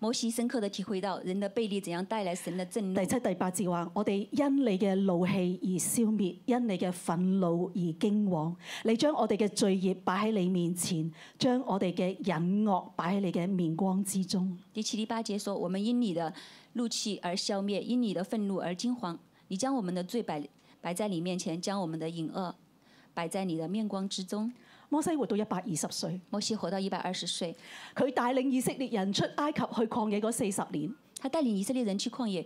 S2: 摩西深刻地体会到人的背离怎样带来神的震怒
S1: 第。七、第八節話：我哋因你嘅怒氣而消滅，因你嘅憤怒而驚惶。你將我哋嘅罪孽擺喺你面前，將我哋嘅隱惡擺喺你嘅面光之中。
S2: 第七、第八节说：“我们因你的怒气而消灭，因你的愤怒而惊惶。你将我们的罪摆摆在你面前，将我们的隐恶摆在你的面光之中。
S1: 摩西活到一百二十歲，”
S2: 摩西活到一百二十岁，
S1: 佢帶領以色列人出埃及去曠野嗰四十年，
S2: 他带领以色列人去旷野，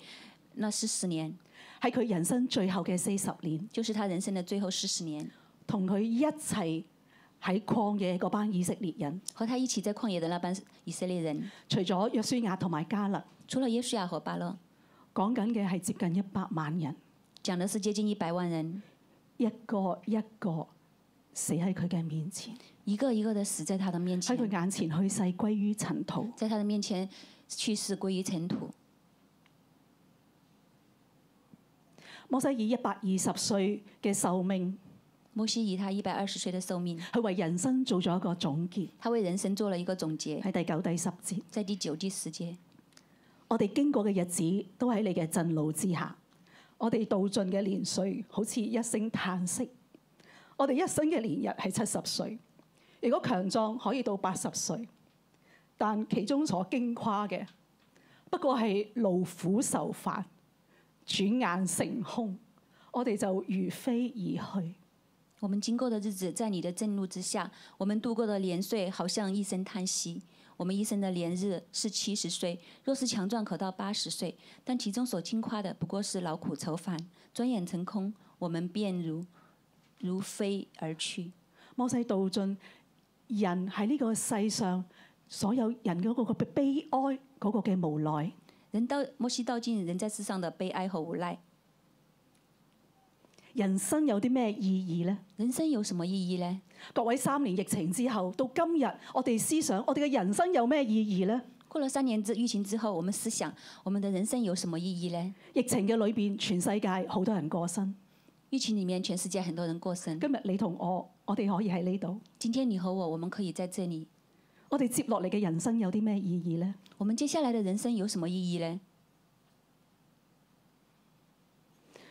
S2: 那四十年
S1: 係佢人生最後嘅四十年，
S2: 就是他人生的最后四十年。
S1: 同佢一齊喺曠野嗰班以色列人，
S2: 和他一起在旷野的那班以色列人，
S1: 除咗約書亞同埋加勒，
S2: 除了耶稣亚和巴勒，
S1: 講緊嘅係接近一百萬人，
S2: 讲的是接近一百万人，
S1: 一個一個死喺佢嘅面前。
S2: 一个一个的死在他的面
S1: 喺
S2: 前，
S1: 佢眼前去世歸於塵土。
S2: 在他的面前去世归于尘土。
S1: 摩西以一百二十歲嘅壽命，
S2: 摩西以他一百二十岁的寿命，
S1: 佢為人生做咗一個總結。
S2: 他为人生做了一个总结，
S1: 喺第九、第十節，
S2: 在第九、第十节，
S1: 我哋經過嘅日子都喺你嘅震怒之下，我哋度盡嘅年歲好似一聲嘆息。我哋一生嘅年日係七十歲，如果強壯可以到八十歲，但其中所經跨嘅不過係勞苦受煩，轉眼成空，我哋就如飛而去。
S2: 我们经过的日子在你的震怒之下，我们度过的年岁好像一声叹息。我们一生的年日是七十岁，若是强壮可到八十岁，但其中所经夸的不过是劳苦愁烦，转眼成空，我们便如如飞而去。
S1: 摩西道盡人喺呢個世上所有人嗰個嘅悲哀嗰、個嘅無奈，
S2: 人到摩西道尽人在世上的悲哀和无奈，
S1: 人生有啲咩意義呢？
S2: 人生有什么意义呢？
S1: 各位三年疫情之後，到今日我哋思想，我哋嘅人生有咩意義呢？
S2: 过了三年之疫情之后，我们思想我们的人生有什么意义呢？
S1: 疫情嘅裏邊，全世界好多人過身。
S2: 疫情里面，全世界很多人过身。
S1: 今日你同我，我哋可以喺呢度，
S2: 今天你和我，我们可以在这里。
S1: 我哋接落嚟嘅人生有啲咩意義呢？
S2: 我们接下来的人生有什么意义呢？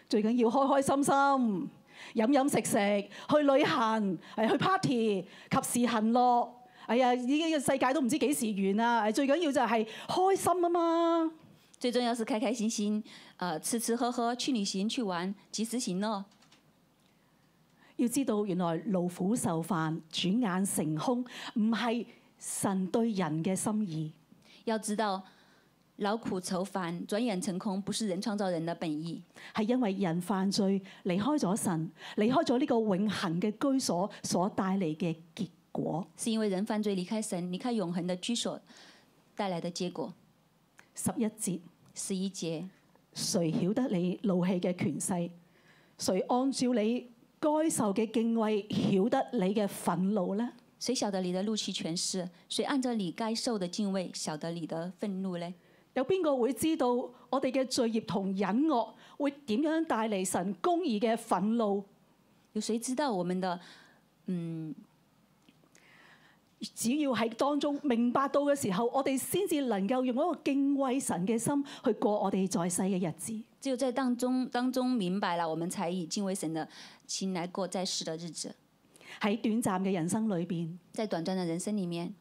S1: 最緊要開開心心，飲飲食食，去旅行，誒去 party，及時行樂。哎呀，已經個世界都唔知幾時完啦！哎誒最緊要就係開心啊嘛。
S2: 最重要是开开心心，呃，吃吃喝喝，去旅行去玩，及时行乐。
S1: 要知道原來勞苦受煩，轉眼成空，唔係神對人嘅心意。
S2: 要知道，劳苦愁烦，转眼成空，不是人创造人的本意，
S1: 係因為人犯罪離開咗神，離開咗呢個永恆嘅居所所帶嚟嘅結果。
S2: 是因为人犯罪离开神，离开永恒的居所带来的结果。
S1: 十一節。
S2: 十一节，
S1: 誰曉得你怒氣嘅權勢？誰按照你該受嘅敬畏曉得你嘅憤怒呢？
S2: 谁晓得你的怒气权势？谁按照你该受的敬畏，晓得你的愤怒嘞？
S1: 有邊個會知道我哋嘅罪孽同隱惡會點樣帶嚟神公義嘅憤怒？
S2: 有谁知道我们的
S1: 只要喺當中明白到嘅時候，我哋先至能夠用一個敬畏神嘅心去過我哋在世嘅日子。
S2: 只有在当中当中明白了，我们才以敬畏神的心来过在世的日子。
S1: 喺短暫嘅人生裏邊，
S2: 在短暂的人生里面，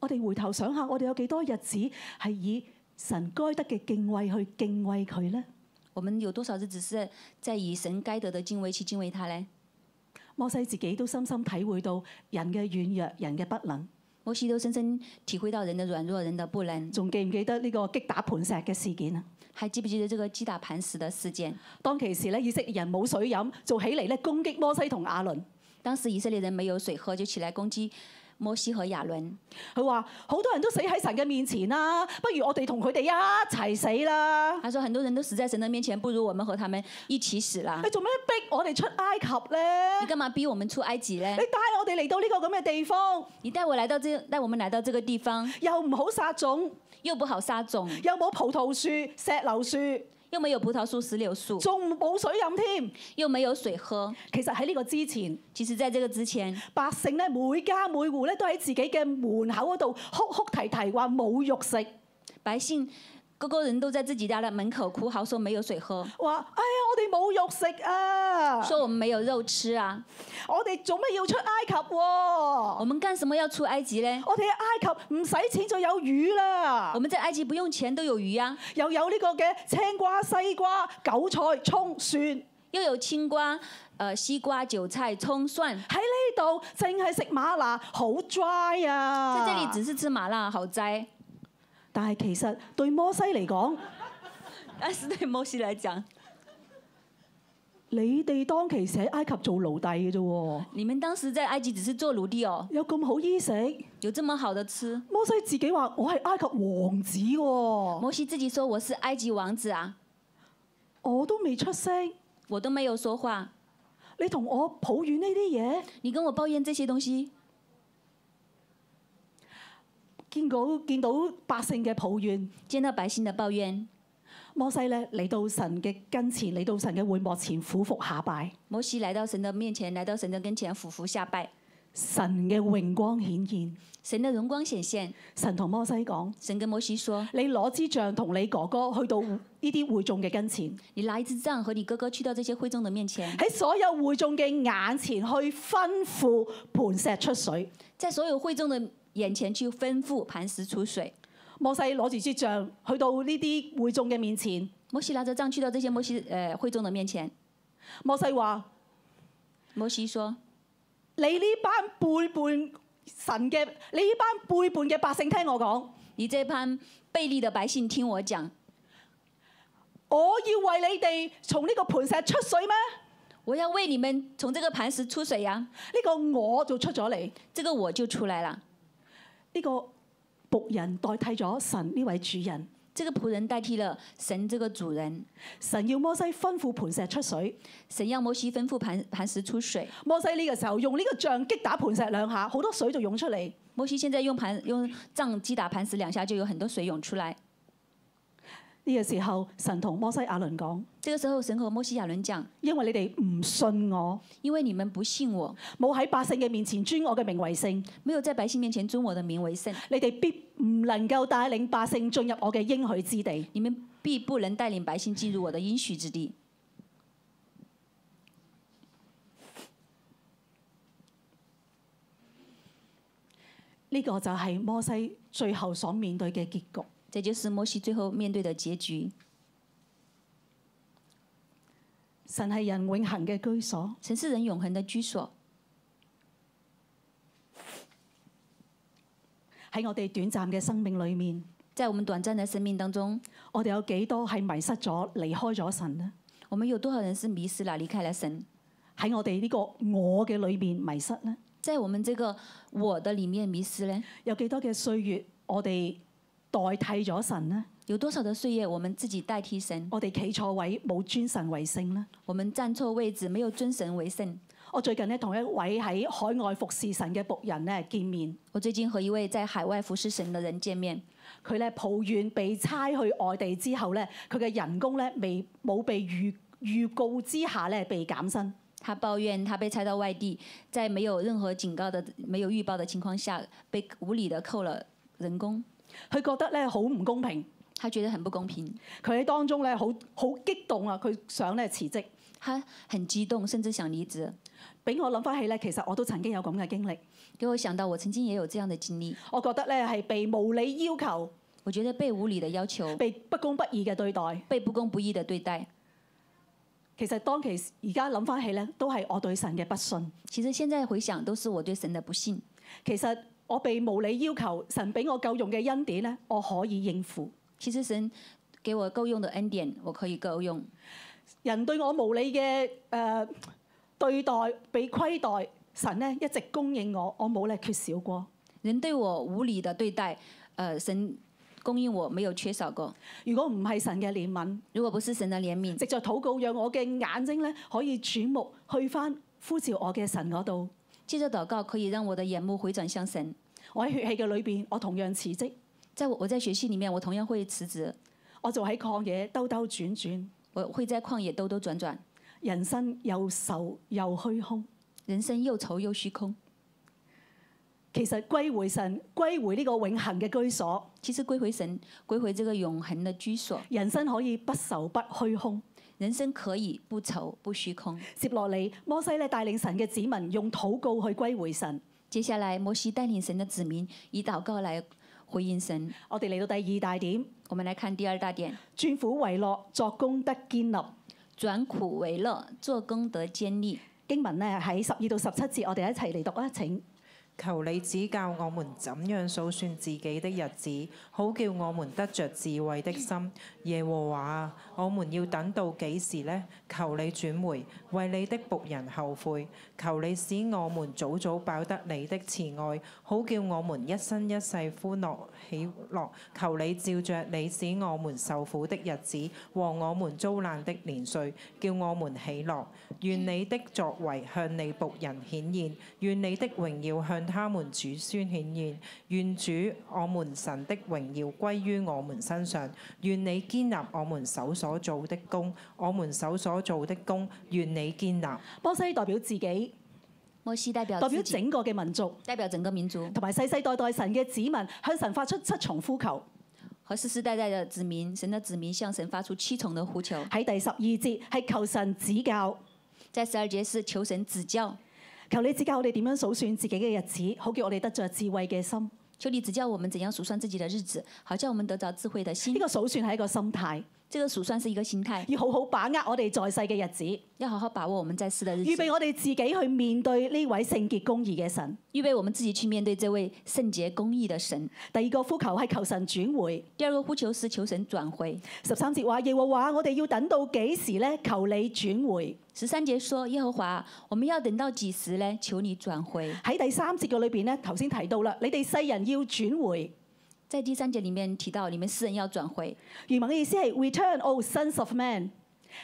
S1: 我哋回頭想下，我哋有幾多日子係以神該得嘅敬畏去敬畏佢呢？
S2: 我们有多少日子是在以神该得的敬畏去敬畏他嘞？
S1: 摩西自己都深深體會到人嘅軟弱、人嘅不能。
S2: 摩西都深深体会到人的软弱、人的不能。
S1: 仲記唔記得呢個擊打磐石嘅事件啊？
S2: 还记不记得这个击打磐石的事件？
S1: 當其時咧，以色列人冇水飲，做起嚟咧攻擊摩西同亞倫。
S2: 当时以色列人没有水喝，就起来攻击摩西和亚伦。
S1: 佢話：好多人都死喺神嘅面前啦，不如我哋同佢哋一齊死啦！
S2: 他说：“很多人都死在神的面前，不如我们和他们一起死啦
S1: 你！做咩逼我哋出埃及咧？
S2: 你干嘛逼我们出埃及嘞
S1: 你？帶我哋嚟到呢個咁嘅地方，
S2: 你带我来到这，带我们来到这个地方，
S1: 又唔好撒種，
S2: 又不好撒种，
S1: 又冇葡萄樹、石榴樹，
S2: 又沒有葡萄樹、石榴樹，
S1: 仲冇水飲添。
S2: 又沒有水喝。
S1: 其實喺呢個之前，
S2: 其實，在這個之前，
S1: 百姓咧每家每户咧都喺自己嘅門口嗰度哭哭啼啼話冇肉食，
S2: 百姓各個人都在自己家的門口哭嚎，說沒有水喝，
S1: 話哎呀我哋冇肉食啊，
S2: 說我們沒有肉吃啊，
S1: 我哋做咩要出埃及喎、
S2: 我們幹什麼要出埃及呢？
S1: 我哋喺埃及唔使錢就有魚啦
S2: 我，們在埃及不用錢都有魚啊，
S1: 又有呢個嘅青瓜、西瓜、韭菜、葱、蒜，喺
S2: 又有青瓜、呃西瓜、韭菜、葱、蒜，
S1: 呢度淨係食馬拿，好 dry 啊！
S2: 在這裡只是吃麻辣，好摘。
S1: 但係其實對摩西嚟講，
S2: 但啊是對摩西來講，
S1: 你哋當其時喺埃及做奴隸嘅啫喎，
S2: 你們當時在埃及只是做奴隸哦，
S1: 有咁好衣食，
S2: 有這麼好的吃。
S1: 摩西自己話我係埃及王子喎，
S2: 摩西自己說我是埃及王子啊，
S1: 我都未出聲，
S2: 我都沒有說話，
S1: 你同我抱怨呢啲嘢，
S2: 你跟我抱怨這些東西，
S1: 見到見到百姓嘅抱怨，
S2: 見到百姓的抱怨，
S1: 摩西咧嚟到神嘅跟前，嚟到神嘅會幕前俯伏下拜，
S2: 摩西來到神的面前，來到神的跟前，俯伏下拜。
S1: 神嘅榮光顯現，
S2: 神的榮光顯現，
S1: 神同摩西講：
S2: 神跟摩西說
S1: 你攞支杖同你哥哥去到呢啲會眾嘅跟前，：“
S2: 你拿一支杖和你哥哥去到這些會眾的面前，
S1: 喺所有會眾嘅眼前去吩咐磐石出水。
S2: 在所有會眾的眼前去吩咐磐石出水。
S1: 摩西攞住支杖去到呢啲會眾嘅面前，”
S2: 摩西拿着杖去到這些摩西呃會眾的面前，
S1: 摩西話：
S2: 摩西說
S1: 你呢班背叛神嘅，你呢班背叛嘅百姓，聽我講，：“
S2: 你這班悖逆的百姓，聽我講，
S1: 我要為你哋從呢個磐石出水咩？
S2: 我要為你們從這個磐石出水呀、
S1: 呢、個我就出咗嚟，呢、
S2: 這個我就出來了。
S1: 個仆人代替咗神呢位主人。
S2: 这个仆人代替了神这个主人，
S1: 神要摩西吩咐磐石出水，
S2: 神要摩西吩咐磐磐石出水。
S1: 摩西呢個時候用呢個杖擊打磐石兩下，好多水就湧出嚟。
S2: 摩西現在用磐用杖擊打磐石兩下，就有很多水涌出來。
S1: 呢、個時候，神同摩西亞倫講：
S2: 这個時候，神和摩西亞倫講：
S1: 因為你哋唔信我，
S2: 因為你們不信我，
S1: 冇喺百姓嘅面前尊我嘅名為聖，
S2: 沒有在百姓面前尊我的名為聖，
S1: 你哋必唔能夠帶領百姓進入我嘅應許之地。
S2: 你們必不能帶領百姓進入我的應許之地。
S1: 呢、個就係摩西最後所面對嘅結局。
S2: 這就是摩西最後面對的結局。
S1: 神係人永恆嘅居所，
S2: 神是人永恆的居所，
S1: 喺我哋短暫嘅生命裏面，
S2: 在我們短暫的生命當中，
S1: 我哋有幾多係迷失咗、離開咗神呢？
S2: 我們有多少人是迷失了、離開了神？
S1: 喺我哋呢個我嘅裏面迷失呢？
S2: 在我們這個我的裡面迷失呢？
S1: 有幾多嘅歲月我哋代替咗神呢？
S2: 有多少的歲月我們自己代替神？
S1: 我哋企錯位，冇尊神為聖呢？
S2: 我們站錯位置，沒有尊神為聖。
S1: 我最近咧同一位喺海外服侍神嘅仆人咧見面，
S2: 我最近和一位在海外服侍神的人見面，
S1: 佢咧抱怨被差去外地之後咧，佢嘅人工咧未冇被預預告之下咧被減薪。
S2: 他抱怨他被差到外地，在沒有任何警告的、沒有預報的情況下，被無理的扣了人工，
S1: 佢覺得咧好唔公平，
S2: 他覺得很不公平，
S1: 佢喺當中咧好好激動啊！佢想咧辭職，
S2: 他很激動，甚至想離職。
S1: 俾我諗翻起咧，其實我都曾經有咁嘅經歷。
S2: 給我想到我曾經也有這樣的經歷，
S1: 我覺得咧係被無理要求、
S2: 我覺得被無理的要求，
S1: 被不公不義嘅對待。
S2: 被不公不義的對待。
S1: 其實當其時而家諗翻起咧，都係我對神嘅不信。
S2: 其實現在回想，都是我對神的不信。
S1: 其實我被無理要求，神俾我夠用嘅恩典咧，我可以應付。
S2: 其實神給我夠用的恩典，我可以夠用。
S1: 人對我無理嘅誒、呃、對待、被虧待，神咧一直供應我，我冇咧缺少過。
S2: 人對我無理的對待，呃，神供應我沒有缺少過。
S1: 如果唔係神嘅憐憫，
S2: 如果不是神的憐憫，
S1: 藉着禱告，讓我嘅眼睛咧可以轉目去翻呼召我嘅神嗰度。
S2: 借着禱告可以讓我的眼目回轉向神。
S1: 我喺血氣嘅裏邊，我同樣辭職，
S2: 在我我在學習裡面，我同樣會辭職，
S1: 我就喺曠野兜兜轉轉，
S2: 我会在旷野兜兜转转，
S1: 人生又愁又虛空。
S2: 人生又愁又虚空。
S1: 其實歸回神，歸回呢個永恆嘅居所，
S2: 其实归回神，归回这个永恒的居所，
S1: 人生可以不愁不虛空。
S2: 人生可以不愁不虚空。
S1: 接落嚟，摩西咧帶領神嘅子民用禱告去歸回神。
S2: 接下来，摩西带领神的子民以祷告来回应神。
S1: 我哋嚟到第二大點，
S2: 我们来看第二大点：
S1: 轉苦為樂，作功德建立。
S2: 转苦为乐，做功德坚立。
S1: 經文咧喺十二到十七節，我哋一齊嚟讀啊！請
S3: 求你指教我們怎樣數算自己的日子，好叫我們得着智慧的心。耶和華啊，我們要等到幾時呢？求你轉回，為你的仆人後悔。求你使我們早早飽得你的慈愛，好叫我們一生一世歡樂喜樂。求你照着你使我們受苦的日子和我們遭難的年歲，叫我們喜樂。願你的作為向你仆人顯現，願你的榮耀向他們子孫顯現。願主我們神的榮耀歸於我們身上。願你堅立我們手所做的功，我們手所做的功，願你堅立。
S1: 摩西代表自己，
S2: 摩西代表
S1: 代表
S2: 自己，
S1: 整個嘅民族，
S2: 代表整个民族
S1: 同埋世世代代神嘅子民向神發出七重呼求。
S2: 和世世代代的子民，神的子民向神发出七重的呼求。
S1: 喺第十二節係求神指教，
S2: 在十二节是求神指教，
S1: 求你指教我哋點樣數算自己嘅日子，好叫我哋得着智慧嘅心。
S2: 求你指教我们怎样数算自己的日子，好叫我们得着智慧的心
S1: 呢、。個數算係一個心態，
S2: 这个数算是一个心态，
S1: 要好好把握我哋在世嘅日子，
S2: 要好好把握我们在世的日
S1: 預
S2: 子，
S1: 備我哋自己去面對呢位聖潔公義嘅神。
S2: 预备我们自己去面对这位圣洁公义的神。
S1: 第二個呼求係求神轉回。
S2: 第二个呼求是求神转回。
S1: 十三節話：耶和華，我哋要等到幾時呢？求你轉回。
S2: 十三节说：“耶和华，我们要等到几时呢？求你转回。
S1: 喺第三節嘅裏邊呢，頭先提到啦，你哋世人要轉回。”
S2: 在第三节里面提到，你们世人要转回。
S1: 原文嘅意思係 return, O sons of man。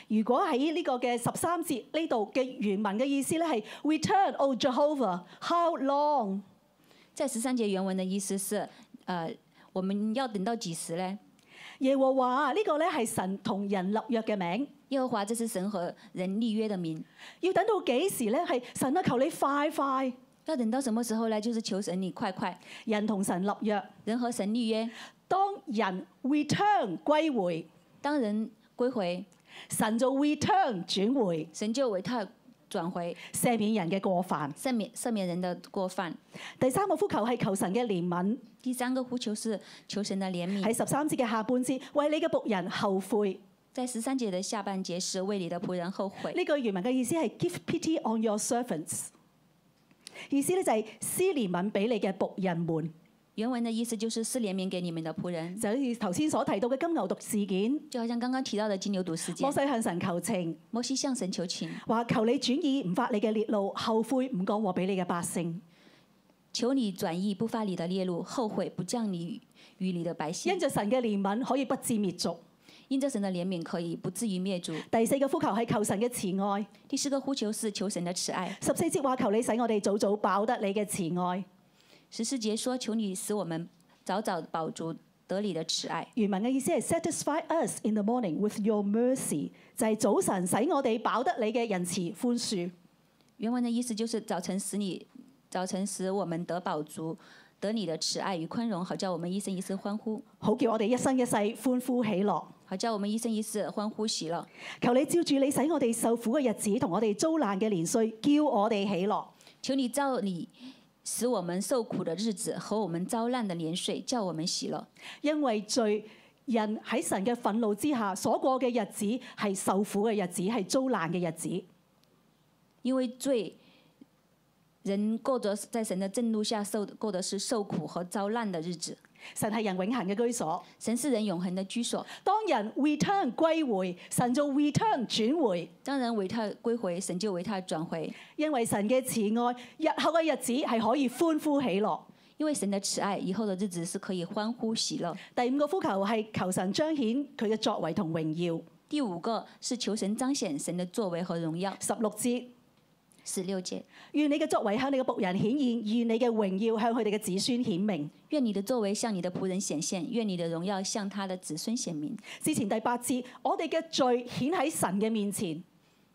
S1: 如果喺呢個嘅十三節呢度嘅原文嘅意思咧係 return, O Jehovah, how long？
S2: 在十三节原文的意思是：呃，我们要等到几时呢？
S1: 耶和華啊，呢、個咧係神同人立約嘅名。
S2: 耶和华，这是神和人立约的名。
S1: 要等到幾時咧？係神啊，求你快快！
S2: 要等到什么时候呢？就是求神你快快，
S1: 人同神立約，
S2: 人和神立约。
S1: 當人 return 歸回，
S2: 当人归回，
S1: 神就 return 轉回，
S2: 神就为他转回，
S1: 赦免人嘅過犯。
S2: 赦免赦免人的过犯。
S1: 第三個呼求係求神嘅憐憫。
S2: 第三个呼求是求神的怜
S1: 喺
S2: 悯。
S1: 十三節嘅下半節，為你嘅仆人後悔。
S2: 在十三节的下半节是为你的仆人后悔。
S1: 呢句原文嘅意思係 give pity on your servants，意思咧就係施憐憫俾你嘅仆人們，
S2: 原文的意思就是是怜悯给你们的仆人，
S1: 就好似頭先所提到嘅金牛犢事件，
S2: 就好像刚刚提到的金牛犊事件
S1: 摩西，向神求情，
S2: 摩西向神求情，
S1: 話求你轉意唔發你嘅烈怒，後悔唔降禍俾你嘅百姓，
S2: 求你转意不发你的烈怒，后悔不降你于你的百
S1: 因
S2: 姓。
S1: 着神嘅憐憫可以不致滅族。
S2: 因着神的怜悯，可以不至于灭族。
S1: 第四個呼求係求神嘅慈愛，
S2: 第四个呼求是求神的慈爱。
S1: 十四節話求你使我哋早早飽得你嘅慈愛。
S2: 十四节说：“求你使我们早早饱足得你的慈爱。
S1: 原文嘅意思係 satisfy us in the morning with your mercy，就係早晨使我哋飽得你嘅仁慈寬恕。”
S2: 原文的意思就是早晨使你早晨使我们得饱足，得你的慈爱与宽容，好叫我们一生一世欢呼，
S1: 好叫我哋一生一世歡呼喜樂。
S2: 好叫我们一生一世欢呼喜乐。
S1: 求你照住你使我哋受苦嘅日子同我哋遭難嘅年歲，叫我哋喜樂。
S2: 求你照你使我们受苦的日子和我们遭难的年岁，叫我们喜乐。
S1: 因為罪人喺神嘅憤怒之下所過嘅日子係受苦嘅日子，係遭難嘅日子。
S2: 因为罪，人过着在神的震怒下受过的是受苦和遭难的日子。
S1: 神係人永恆嘅居所。
S2: 神是人永恒的居所，
S1: 當人 return 歸回，神就 return 轉回。
S2: 当人为他归回，神就为他转回。
S1: 因為神嘅慈愛，日後嘅日子係可以歡呼喜樂。
S2: 因为神的慈爱，以后的日子是可以欢呼喜乐。
S1: 第五個呼求係求神彰顯佢嘅作為同榮耀。
S2: 第五个是求神彰显神的作为和荣耀。
S1: 十六節，
S2: 十六节，
S1: 願你嘅作為向你嘅仆人顯現，願你嘅榮耀向佢哋嘅子孫顯明。
S2: 愿你的作为向你的仆人显现，愿你的荣耀向他的子孙显明。
S1: 之前第八節，我哋嘅罪顯喺神嘅面前，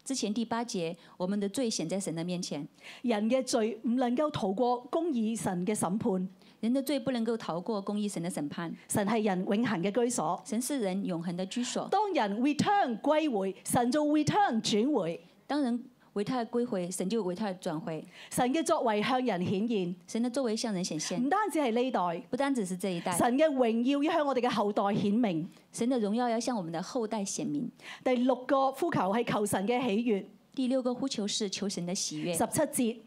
S2: 之前第八节，我们的罪显在神的面前，
S1: 人嘅罪唔能夠逃過公義神嘅審判。
S2: 人的罪不能够逃过公义神的审判。
S1: 神係人永恆嘅居所。
S2: 神是人永恒的居所，
S1: 當人 return 歸回，神就 return 轉回。
S2: 当人为他而归回，神就为他而转回。
S1: 神嘅作為向人顯現，
S2: 神的作为向人显现，
S1: 唔單止係呢代，
S2: 不单只是这一代，
S1: 神嘅榮耀要向我哋嘅後代顯明。
S2: 神的荣耀要向我们的后代显明。
S1: 第六個呼求係求神嘅喜悦。
S2: 第六个呼求是求神的喜悦
S1: 十。七節，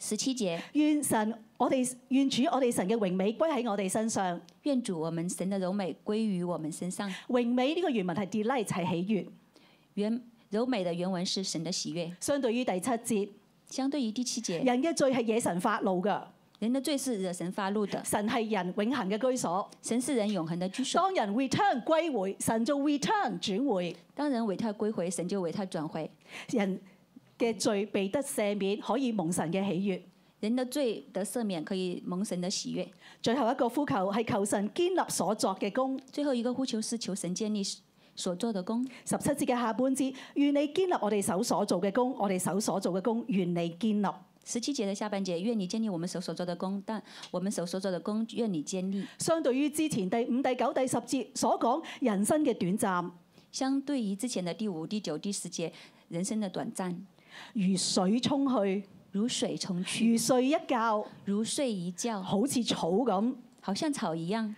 S2: 十七节，
S1: 願神我哋願主我哋神嘅榮美歸喺我哋身上。
S2: 愿主我们神的柔美归于我们身上。
S1: 榮美呢個原文係 delight 係喜悦，
S2: 原柔美的原文是神的喜悦。
S1: 相對於第七節，
S2: 相对于第七节，
S1: 人嘅罪係惹神發怒㗎，
S2: 人的罪是惹神发怒的，
S1: 神係人永恆嘅居所。
S2: 神是人永恒的居所。
S1: 當人 return 歸回，神就 return 轉回。
S2: 当人为他归回，神就为他转回。
S1: 人嘅罪被得赦免，可以蒙神嘅喜悦。
S2: 人的罪得赦免，可以蒙神的喜悦。
S1: 最後一個呼求係求神堅立所作嘅功。
S2: 最后一个呼求是求神建立所做的功。
S1: 十七節嘅下半節，願你堅立我哋手所做嘅功，我哋手所做嘅功，願你堅立。
S2: 十七节的下半节，愿你建立我们手所做的功，但我们手所做的功，愿你建立。
S1: 相對於之前第五、第九、第十節所講人生嘅短暫，
S2: 相对于之前的第五、第九、第十节，人生的短暂，
S1: 如水沖去，
S2: 如水冲去，
S1: 如睡一覺，
S2: 如睡一觉，
S1: 好似草咁。
S2: 好像草一样。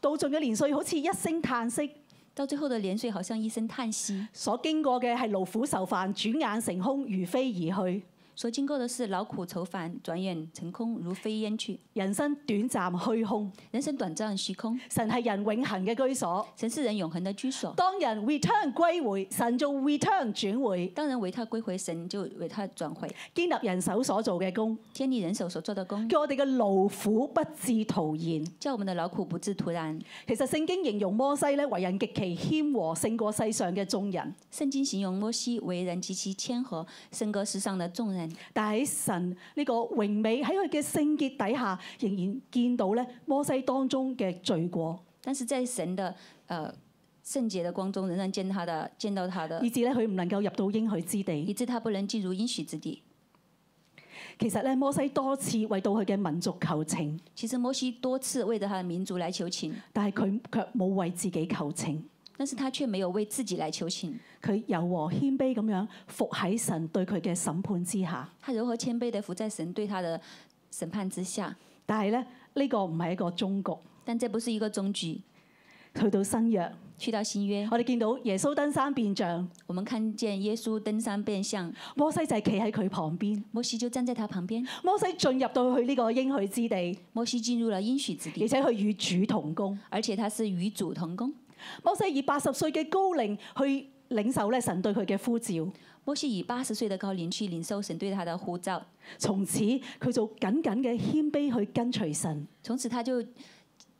S1: 到盡嘅年歲好似一聲嘆息，
S2: 到最後的年歲，好像一聲嘆息。
S1: 所經過嘅係勞苦受煩，轉眼成空，如飛而去。
S2: 所經過的是勞苦愁煩，轉眼成空，如飛煙去。
S1: 人生短暫虛空，
S2: 人生短暫虛空，
S1: 神係人永恆嘅居所。
S2: 神是人永恒的居所。
S1: 當人 return 歸回，神就 return 轉回，
S2: 當人為他歸回，神就為他轉回。
S1: 建立人手所做嘅功，
S2: 天地人手所做的功，
S1: 叫我哋嘅勞苦不致徒然。
S2: 叫我們的勞苦不至徒然。
S1: 其實聖經形容摩西咧為人極其謙和，勝過世上嘅眾人。
S2: 聖經形容摩西為人極其謙和，勝過世上的眾人。
S1: 但喺神呢個榮美喺佢嘅聖潔底下，仍然見到咧摩西當中嘅罪過，
S2: 但是在神的呃聖潔的光中，仍然見他的見到他的
S1: 以，至咧佢唔能夠入到應許之地
S2: 以。致他不能進入應許之地。
S1: 其實咧摩西多次為到佢嘅民族求情，
S2: 其實摩西多次為着他的民族來求情，
S1: 但係佢卻冇為自己求情。
S2: 但是他卻沒有為自己來求情。
S1: 佢柔和謙卑咁樣伏喺神對佢嘅審判之下。
S2: 他柔和谦卑的伏在神對他的审判之下。
S1: 但係咧，呢、個唔係一個終局。
S2: 但這不是一個終局。
S1: 去到新約，
S2: 去到新約，
S1: 我哋見到耶穌登山變像，
S2: 我們看見耶穌登山變相，
S1: 摩西就係企喺佢旁邊。
S2: 摩西就站在他旁邊。
S1: 摩西進入到去呢個應許之地，
S2: 摩西進入了應許之
S1: 而
S2: 地，
S1: 且佢與主同工。
S2: 而且他是與主同工。
S1: 摩西以八十歲嘅高齡去領受咧神對佢嘅呼召，
S2: 摩西以八十歲的高齡去領受神對他的呼召，
S1: 從此佢就緊緊嘅謙卑去跟隨神。
S2: 從此他就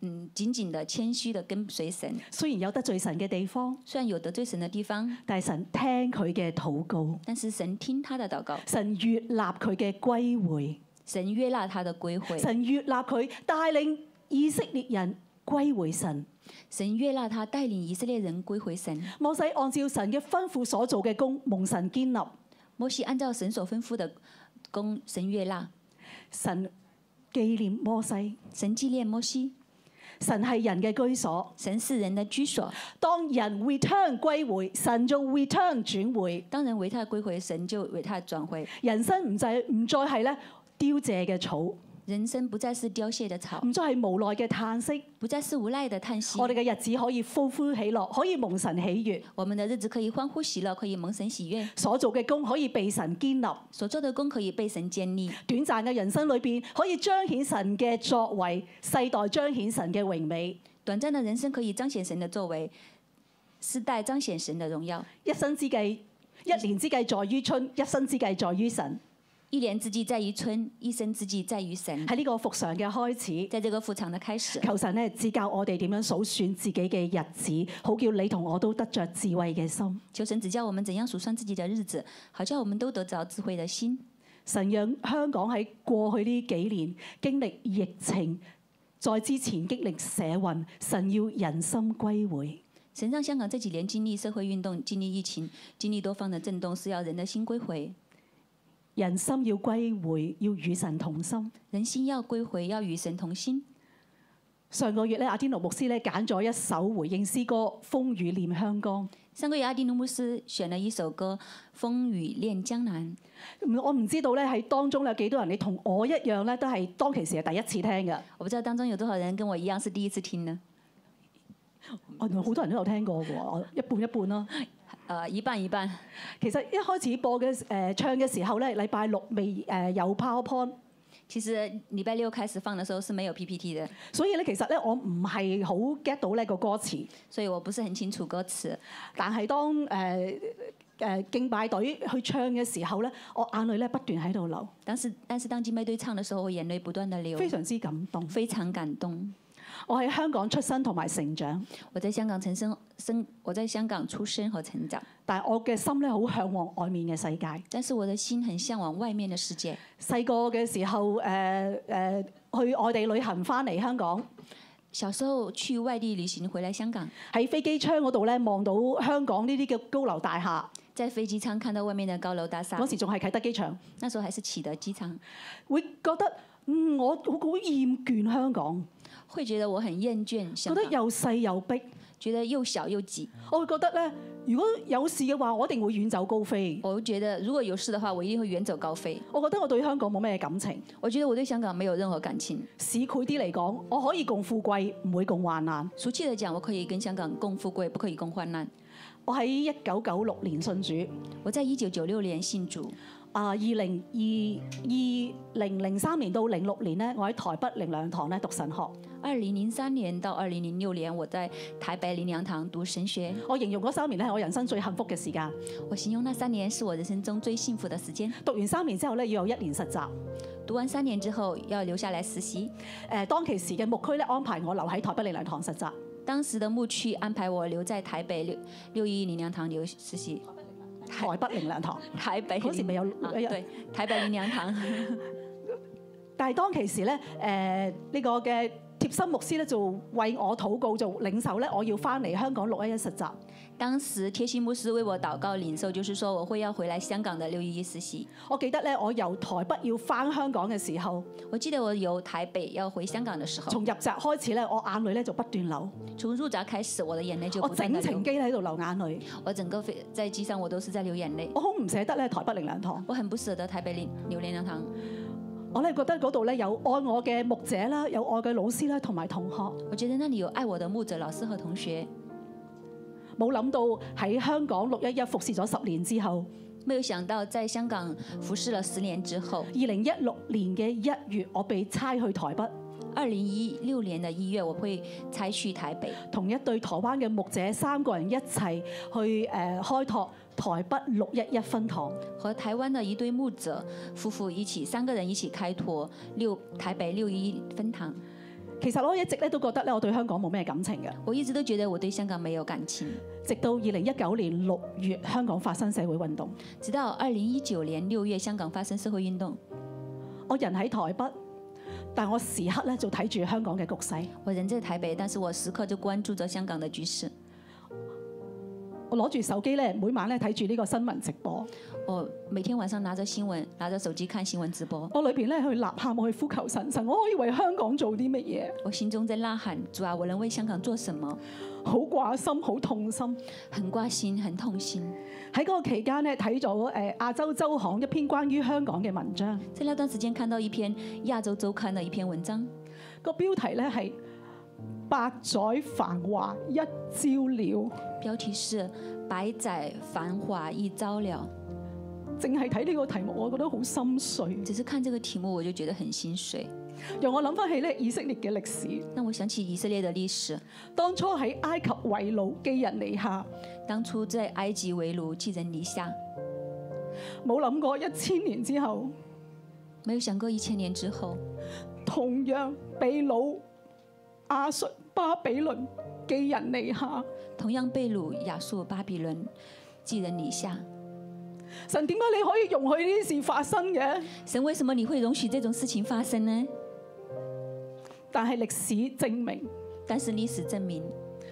S2: 嗯緊緊的謙虛的跟隨神。
S1: 雖然有得罪神嘅地方，
S2: 雖然有得罪神的地方，
S1: 但係神聽佢嘅禱告，
S2: 但是神聽他的禱告，
S1: 神悦納佢嘅歸回。
S2: 神悅納他的歸回，
S1: 神悦納佢帶領以色列人歸回神。
S2: 神悅納他帶領以色列人歸回神。
S1: 摩西按照神嘅吩咐所做嘅功，蒙神建立。
S2: 摩西按照神所吩咐的供神悦纳，
S1: 神紀念摩西，
S2: 神纪念摩西，
S1: 神係人嘅居所。
S2: 神是人的居所。
S1: 當人 return 歸回，神就 return 轉回。
S2: 当人为他归回，神就为他转回。
S1: 人生唔再唔再係咧凋謝嘅草，唔
S2: 人生不再是凋谢的草，
S1: 再係無奈嘅嘆息。
S2: 不再是無奈的叹息。
S1: 我哋嘅日子可以歡呼喜樂，可以蒙神喜悦。
S2: 我们的日子可以欢呼喜乐，可以蒙神喜悦，
S1: 所做嘅功可以被神建立，
S2: 所做的功可以被神建立。
S1: 短暫嘅人生裏邊可以彰顯神嘅作為，世代彰顯神嘅榮美。
S2: 短暂的人生可以彰显神的作为，世代彰显神的荣耀。
S1: 一生之計，一年之計在於春，一生之計在於神。
S2: 一年之计在于春，一生之计在于神。
S1: 喺呢個復常嘅開始，
S2: 在这个复常的开始，
S1: 求神咧指教我哋點樣數算自己嘅日子，好叫你同我都得着智慧嘅心。
S2: 求神指教我们怎样数算自己的日子，好叫我们都得着智慧的心。
S1: 神讓香港喺過去呢幾年經歷疫情，再之前經歷社運，神要人心歸回。
S2: 神让香港这几年经历社会运动、经历疫情、经历多方的震动，是要人的心归回，
S1: 人心要歸回，要與神同心。
S2: 人心要归回，要与神同心。
S1: 上個月咧，阿天奴牧師咧揀咗一首回應詩歌《風雨念香江》。
S2: 上个月，阿迪努姆斯选了一首歌《风雨恋江南》，
S1: 嗯我唔知道咧喺當中有幾多人你同我一樣咧，都係當其時係第一次聽嘅。
S2: 我不知道当中有多少人跟我一样是第一次聽呢？
S1: 我哦原來好多人都有聽過嘅喎，我一半一半啦。
S2: 呃，一半一半。
S1: 其實一開始播嘅誒、呃唱嘅時候咧，禮拜六未誒、呃有 PowerPoint，
S2: 其实礼拜六开始放的时候是没有 PPT 的，
S1: 所以咧其實咧我唔係好 get 到呢個歌詞，
S2: 所以我不是很清楚歌词。
S1: 但係當誒誒、呃呃敬拜隊去唱嘅時候咧，我眼淚咧不斷喺度流，
S2: 但是但是当金麦队唱的時候，我眼淚不斷的流，
S1: 非常之感動。
S2: 非常感動。
S1: 我喺香港出生同埋成長，
S2: 我在香港成生生，我在香港出生和成長，
S1: 但係我嘅心咧好向往外面嘅世界。
S2: 但是我的心很向往外面的世界。
S1: 細個嘅時候，誒、呃、呃去外地旅行翻嚟香港，
S2: 小時候去外地旅行回來香港，
S1: 喺飛機窗嗰度咧望到香港呢啲嘅高樓大廈，
S2: 在飛機艙看到外面的高樓大廈
S1: 嗰，時仲係啟德機場。
S2: 那時候還是啟德機場，
S1: 會覺得嗯，我好好厭倦香港，
S2: 會覺得我很厭倦
S1: 覺
S2: 香
S1: 得
S2: 港，
S1: 又細又逼，
S2: 覺得又小又擠。
S1: 我會覺得咧，如果有事嘅話，我一定會遠走高飛。
S2: 我覺得如果有事的話，我一定會遠走高飛。
S1: 我覺得我對香港冇咩感情，
S2: 我覺得我對香港沒有任何感情。
S1: 市侩啲嚟講，我可以共富貴，唔會共患難。
S2: 俗氣的講，我可以跟香港共富貴，不可以共患難。
S1: 我喺一九九六年信主，
S2: 我在一九九六年信主，
S1: 啊二零二二零零三年到零六年咧，我喺台北靈糧堂咧讀神學。
S2: 二零零三年到二零零六年，我在台北林良堂讀神學。
S1: 我形容嗰三年咧係我人生最幸福嘅時間。
S2: 我形容那三年是我人生中最幸福的時間。
S1: 讀完三年之後咧，要有一年實習。
S2: 讀完三年之後，要留下來實習。
S1: 誒、當其時嘅牧區咧安排我留喺台北靈糧堂實習。
S2: 當時的牧區安排我留在台北六六一林良堂留實習。
S1: 台北靈糧堂，
S2: 台北
S1: 嗰時咪有
S2: 啊，
S1: 有
S2: 對，台北林良堂。
S1: 但係當其時咧，誒、呢、個嘅貼心牧師咧就為我禱告，做領袖咧，我要翻嚟香港六一一實習。
S2: 當時貼心牧師為我禱告領受，就是說我會要回來香港的六一一實習。
S1: 我記得咧，我由台北要翻香港嘅時候，
S2: 我記得我由台北要回香港的時候，
S1: 從入閘開始咧，我眼淚咧就不斷流，
S2: 從入閘開始，我的眼淚就
S1: 我
S2: 不斷地
S1: 哦整
S2: 流
S1: 程。機喺度流眼淚，
S2: 我整個飛在機上，我都是在流眼淚。
S1: 我好唔捨得咧台北靈糧堂，
S2: 我很不捨得台北林榴蓮堂，
S1: 我咧覺得嗰度咧有愛我嘅牧者啦，有愛嘅老師啦，同埋同學。
S2: 我覺得那裡有愛我的牧者、老師和同學。
S1: 冇諗到喺香港六一一服侍咗十年之後，
S2: 沒有想到在香港服侍了十年之後，
S1: 二零一六年嘅一月，我被差去台北，
S2: 二零一六年的一月我會差去台北，
S1: 同一對台灣嘅牧者三個人一齊去誒、呃、開拓台北六一一分堂。
S2: 和台灣的一對牧者夫婦一起，三個人一起開拓六台北六一分堂。
S1: 其實我一直咧都覺得咧，我對香港冇咩感情嘅。
S2: 我一直都覺得我對香港沒有感情，
S1: 直到二零一九年六月，香港發生社會運動，
S2: 直到二零一九年六月香港發生社會運動，
S1: 我人喺台北，但我時刻咧就睇住香港嘅局勢。
S2: 我人在台北，但是我時刻就關注着香港的局勢。
S1: 我攞住手機咧，每晚咧睇住呢個新聞直播，
S2: 我每天晚上拿着新聞，拿着手機看新聞直播。
S1: 我裏邊咧去呐喊，我去呼求神，神我可以為香港做啲乜嘢？
S2: 我心中在呐喊：主啊，我能為香港做什麼？
S1: 好掛心，好痛心。
S2: 很掛心，很痛心。
S1: 喺嗰個期間咧，睇咗誒亞洲周刊一篇關於香港嘅文章，
S2: 在那段時間看到一篇亞洲周刊的一篇文章，
S1: 個標題咧係百載繁華一朝了。
S2: 標題是《百載繁華一朝了
S1: 淨係睇呢個題目，我覺得好心碎》。，
S2: 只是看這個題目我就覺得很心碎，
S1: 讓我諗翻起咧以色列嘅歷史。
S2: 讓我想起以色列的歷史。
S1: 當初喺埃及為奴，寄人籬下，
S2: 當初在埃及為奴，寄人籬下，
S1: 冇諗過一千年之後，
S2: 沒有想過一千年之後，
S1: 同樣被擄亞述巴比倫寄人籬下。
S2: 同樣被擄亞述巴比倫，寄人籬下。
S1: 神點解你可以容許呢啲事發生嘅？
S2: 神为什么你会容许这种事情发生呢？
S1: 但係歷史證明，
S2: 但是历史证明，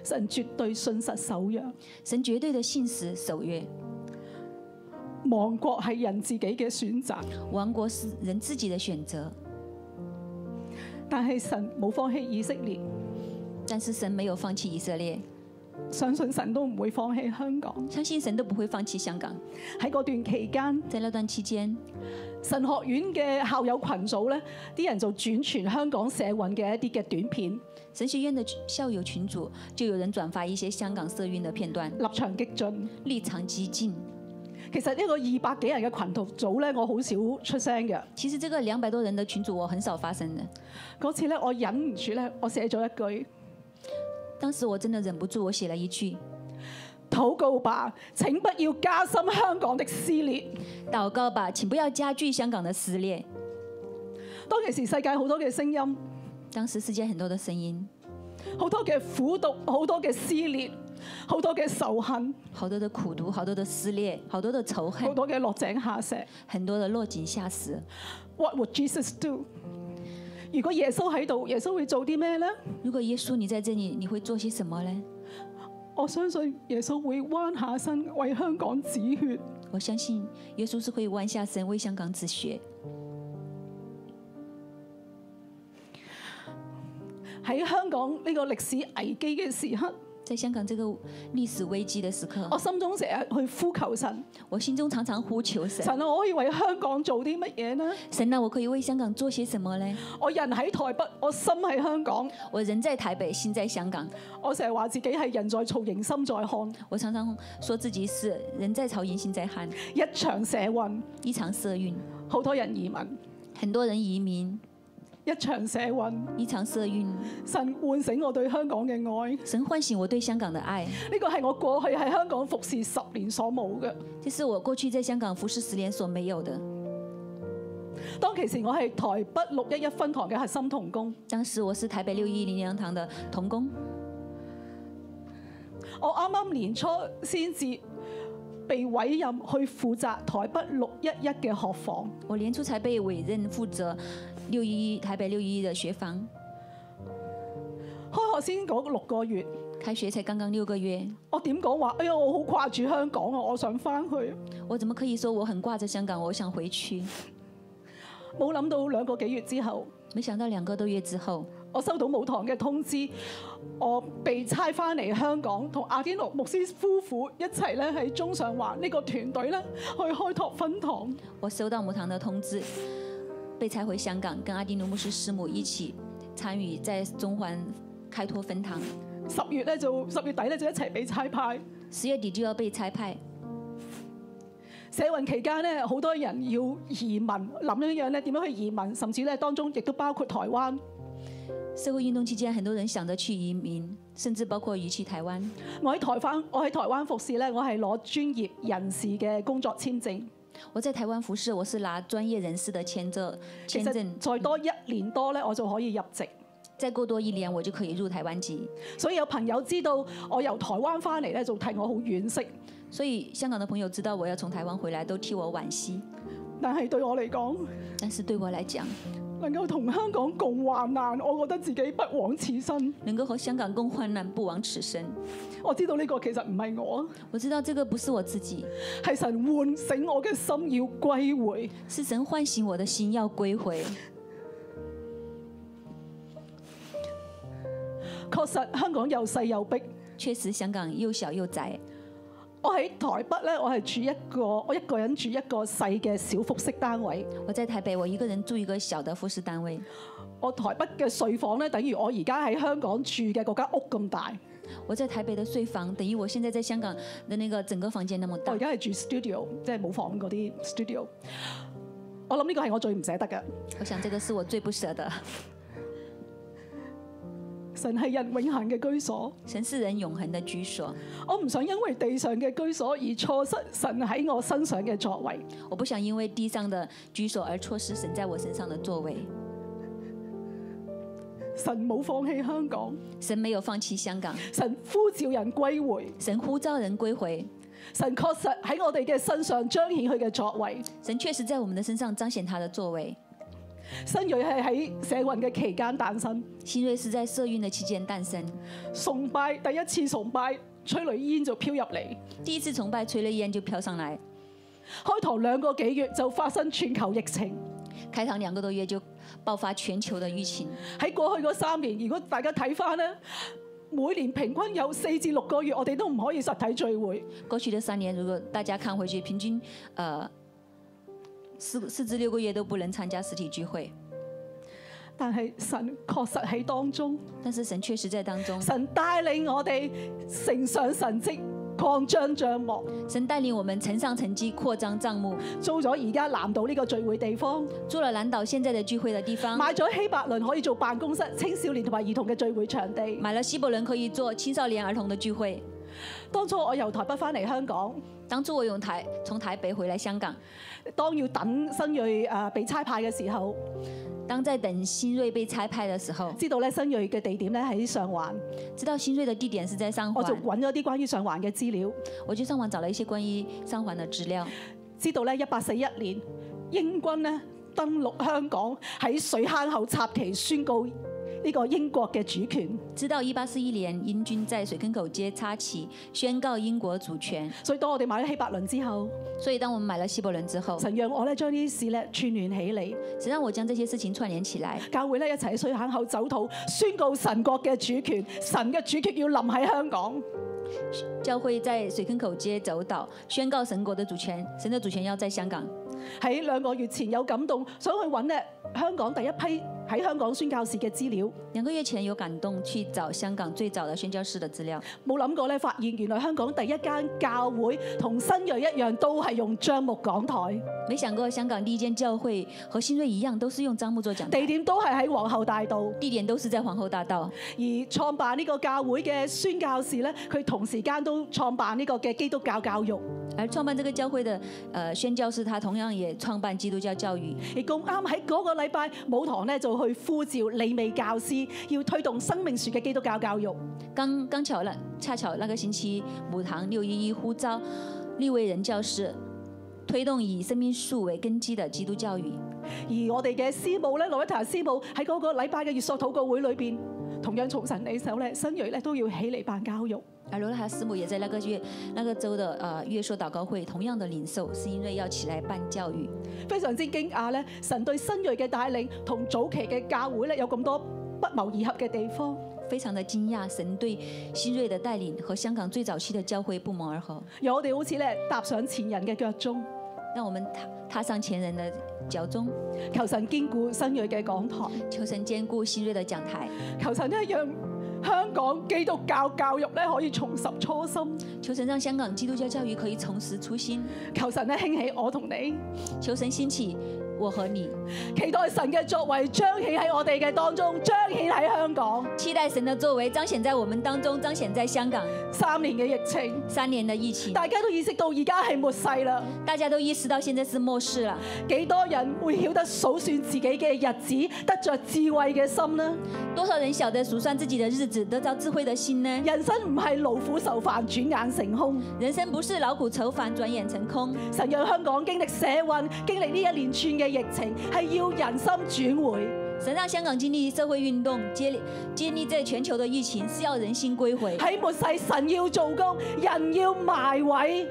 S1: 神絕對信實守約。
S2: 神绝对的信实守约。
S1: 亡國係人自己嘅選擇，
S2: 亡国是人自己的选择，
S1: 但係神冇放棄以色列，
S2: 但是神没有放弃以色列，
S1: 相信神都唔會放棄香港。
S2: 相信神都不会放弃香港。
S1: 喺嗰段期間，
S2: 在那段期间，
S1: 神學院嘅校友群組呢啲人就轉傳香港社運嘅一啲嘅短片，
S2: 神学院的校友群组就有人转发一些香港社运的片段，
S1: 立場激進。
S2: 立场激进。
S1: 其實一個二百幾人嘅群組呢，我好少出聲嘅。
S2: 其实这个两百多人的群组我很少发声的，
S1: 嗰次咧，我忍唔住咧，我寫咗一句：
S2: 当时我真的忍不住，我写了一句
S1: 禱告吧，請不要加深香港的撕裂。：“
S2: 祷告吧，请不要加剧香港的撕裂。
S1: 當其時，世界好多嘅聲音，”
S2: 当时世界很多的声音，
S1: 好多嘅苦毒，好多嘅撕裂，好多嘅仇恨，
S2: 好多的苦读，好多的撕裂，好多的仇
S1: 好
S2: 恨，
S1: 多嘅落井下石。
S2: 很多的落井下石。
S1: What would Jesus do？如果耶穌喺度，耶穌會做啲咩呢？
S2: 如果耶稣你在这里，你会做些什么呢？
S1: 我相信耶穌會彎下身為香港止血。
S2: 我相信耶稣是会弯下身为香港止血。
S1: 喺香港呢個歷史危機嘅時刻，
S2: 在香港这个历史危机的时刻
S1: 我，心中成日去呼求神：
S2: 我心中常常呼求神：
S1: 神啊，我可以為香港做啲乜嘢呢？
S2: 神啊，我可以为香港做些什么呢？
S1: 我人喺台北，我心喺香港。
S2: 我人在台北，心在香港。
S1: 我成日話自己係人在曹營心在漢，
S2: 我常常说自己是人在曹营心在汉，
S1: 一場社運，
S2: 一场社运，
S1: 好多人移民，
S2: 很多人移民，
S1: 一場社運，
S2: 一场社运。
S1: 神喚醒我對香港嘅愛。
S2: 神唤醒我对香港的爱，
S1: 呢個係我過去喺香港服侍十年所冇嘅。
S2: 这是我过去在香港服侍十年所没有的。
S1: 當其時我係台北六一一分堂嘅核心童工，
S2: 当时我是台北六一零粮堂的童工，
S1: 我啱啱年初先至被委任去負責台北六一一嘅學房。
S2: 我年初才被委任负责六一一台北六一一的学房，
S1: 開學先嗰六個月，
S2: 开学才刚刚六个月，
S1: 我點講話？哎呀，我好掛住香港啊，我想翻去。
S2: 我怎么可以说我很挂着香港，我想回去？
S1: 冇諗到兩個幾月之後。
S2: 没想到两个多月之后，
S1: 我收到母堂嘅通知，我被差翻嚟香港，同阿天奴牧師夫婦一齊咧喺中上環呢個團隊咧去開拓分堂。
S2: 我收到母堂的通知，被拆回香港，跟阿迪努牧师师母一起参与在中环开拓分堂，
S1: 十月咧就十月底咧就一齊被差派。
S2: 十月底就要被拆派。
S1: 社運期間咧，好多人要移民，諗樣樣咧點樣去移民，甚至咧當中亦都包括台灣。
S2: 社会运动期间，很多人想着去移民，甚至包括移去台湾。
S1: 我喺台灣，我喺台灣服侍咧，我係攞專業人士嘅工作簽證。
S2: 我在台湾服侍，我是拿专业人士的签证，
S1: 其
S2: 签证
S1: 實再多一年多咧，我就可以入籍。
S2: 再过多一年，我就可以入台湾籍。
S1: 所以有朋友知道我由台灣翻嚟咧，就替我好惋惜。
S2: 所以香港的朋友知道我要从台湾回来，都替我惋惜。
S1: 但係對我嚟講，
S2: 但是对我来讲，
S1: 能夠同香港共患難，我覺得自己不枉此生。
S2: 能够和香港共患難，不枉此生。
S1: 我知道呢個其實唔係我，
S2: 我知道这个不是我自己，
S1: 係神喚醒我嘅心要歸回。
S2: 是神唤醒我的心要归回。
S1: 確實香港又細又逼，
S2: 确实，香港又小又窄。
S1: 我喺台北咧，我係住一個，我一個人住一個細嘅小複式單位。
S2: 我在台北，我一个人住一个小的服饰单位。
S1: 我台北嘅睡房咧，等於我而家喺香港住嘅嗰間屋咁大。
S2: 我在台北的睡房，等于我现在在香港的那个整个房间那么
S1: 我
S2: 大
S1: 而。家係住 studio，即係冇房嗰啲 studio。我諗呢個係我最唔捨得嘅。
S2: 我想这个是我最不舍的。
S1: 神係人永恆嘅居所。
S2: 神是人永恒的居所，
S1: 我唔想因為地上嘅居所而錯失神喺我身上嘅作為。
S2: 我不想因为地上的居所而错失神在我身上的作为。
S1: 神冇放棄香港，
S2: 神没有放弃香港，
S1: 神呼召人歸回。
S2: 神呼召人归回。
S1: 神確實喺我哋嘅身上彰顯佢嘅作為。
S2: 神确实在我们的身上彰显他的作为。
S1: 新蕊係喺社運嘅期間誕生，
S2: 新锐是在社运的期间诞生，
S1: 崇拜第一次崇拜，催淚煙就飄入嚟。
S2: 第一次崇拜垂泪烟就飘上来，
S1: 開堂兩個幾月就發生全球疫情。
S2: 开堂两个多月就爆发全球的疫情。
S1: 喺過去嗰三年，如果大家睇翻咧，每年平均有四至六個月，我哋都唔可以實體聚會。
S2: 过去的三年，如果大家看回去，平均呃四四至六个月都不能参加实体聚会，
S1: 但係神確實喺當中，
S2: 但是神确实在当中，
S1: 神帶領我哋乘上神蹟，擴張帳幕，
S2: 神带领我们乘上成绩，扩张账目，
S1: 租咗而家南島呢個聚會地方，
S2: 做了南岛现在的聚会的地方，
S1: 買咗希伯倫可以做辦公室、青少年同埋兒童嘅聚會場地。
S2: 买了西伯伦可以做青少年儿童的聚会。
S1: 當初我由台北翻嚟香港，
S2: 当初我用台从台北回来香港，
S1: 當要等新锐誒被差派嘅時候，
S2: 当在等新锐被差派的时候，
S1: 知道咧新锐嘅地點咧喺上環，
S2: 知道新锐的地点是在上
S1: 我
S2: 环
S1: 哦就，揾咗啲關於上環嘅資料。
S2: 我就上网找了一些关于上环的资料。
S1: 知道咧，一八四一年英軍咧登陸香港，喺水坑口插旗宣告呢個英國嘅主權，
S2: 知道一八四一年英军在水坑口街插旗，宣告英国主权。
S1: 所以當我哋買咗希伯倫之後，
S2: 所以当我们买了希伯伦之后，
S1: 神讓我咧將呢啲事咧串聯起嚟，
S2: 神让我将这些事情串联起来，
S1: 教會咧一齊喺水坑口走土，宣告神國嘅主權，神嘅主權要臨喺香港。
S2: 教会在水坑口街走岛，宣告神国的主权，神的主权要在香港。
S1: 喺兩個月前有感動，想去揾咧香港第一批喺香港宣教士嘅資料，
S2: 两个月前有感动去找香港最早的宣教士的资料，
S1: 冇諗過咧發現原來香港第一間教會同新锐一樣都係用樟木講台。
S2: 没想过香港第一间教会和新锐一样，都是用樟木做讲台，
S1: 地點都係喺皇后大道，而
S2: 地点都是在皇后大道。
S1: 創辦呢個教會嘅宣教士咧，佢同時間都創辦呢個嘅基督教教育，
S2: 而创办这个教会的呃宣教士，他同样也创办基督教教育。
S1: 亦咁啱喺嗰個禮拜母堂咧就去呼召利美教師，要推動生命樹嘅基督教教育。
S2: 刚刚巧了，恰巧那个星期母堂六一一呼召立位人教师，推动以生命树为根基的基督教育。
S1: 而我哋嘅師母咧，羅一塔師母喺嗰個禮拜嘅月朔禱告會裏邊，同樣從神領手咧，新蕊咧都要起嚟辦教育。
S2: 而罗拉哈斯姆也在那个月那个周的呃月朔祷告会，同样的领受，是因为要起来办教育。
S1: 非常之驚訝咧，神對新蕊嘅帶領同早期嘅教會咧有咁多不謀而合嘅地方。
S2: 非常的惊讶，神对新锐的带领和香港最早期的教会不谋而合，
S1: 讓我哋好似咧踏上前人嘅腳蹤，
S2: 让我们踏踏上前人的脚中，
S1: 求神堅固新锐嘅港台，
S2: 求神兼顾新锐的讲台，
S1: 求神咧讓香港基督教教育咧可以重拾初心，
S2: 求神让香港基督教教育可以重拾初心，
S1: 求神咧興起我同你，
S2: 求神兴起我和你，
S1: 期待神嘅作為彰顯喺我哋嘅當中，彰顯喺香港
S2: 期待神的作为彰显在我们当中，彰显在香港
S1: 三年嘅疫情。
S2: 三年的疫情，
S1: 大家都意識到而家係末世啦，
S2: 大家都意识到現在是末世了，
S1: 幾多人會曉得數算自己嘅日子，得着智慧嘅心呢？
S2: 多少人晓得数算自己的日子，得到智慧的心呢？
S1: 人生唔係勞苦受煩，轉眼成空。
S2: 人生不是劳苦愁烦，转眼成空。
S1: 神讓香港經歷社運，經歷呢一連串嘅疫情，係要人心轉回。
S2: 神让香港经历社会运动，接接力在全球的疫情是要人心归回。
S1: 喺末世，神要做工，人要埋位，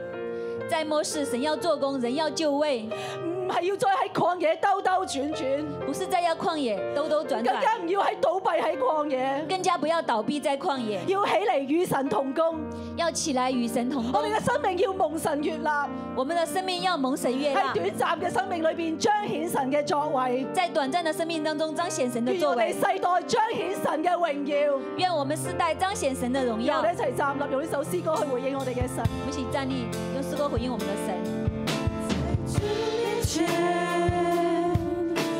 S2: 在末世，神要做工，人要就位，
S1: 唔係要再喺曠野兜兜轉轉，
S2: 不是再要旷野兜兜转
S1: 更
S2: 转，
S1: 加唔要喺倒閉喺曠野，
S2: 更加不要倒闭在旷野，
S1: 要起嚟與神同工。
S2: 要起来与神同
S1: 我
S2: 工。
S1: 哋嘅生命要蒙神悦納，
S2: 我们的生命要蒙神悦纳，
S1: 喺短暫嘅生命裏邊彰顯神嘅作為，
S2: 在短暂的生命当中彰显神的
S1: 願
S2: 啊作
S1: 我哋
S2: 为
S1: 世。代彰顯神嘅榮耀。
S2: 愿我们世代彰显神的荣
S1: 讓
S2: 耀。
S1: 我
S2: 我
S1: 哋一齊站立，用呢首詩歌去回應我哋嘅神。
S2: 们一起站立，用诗歌回应我们的神。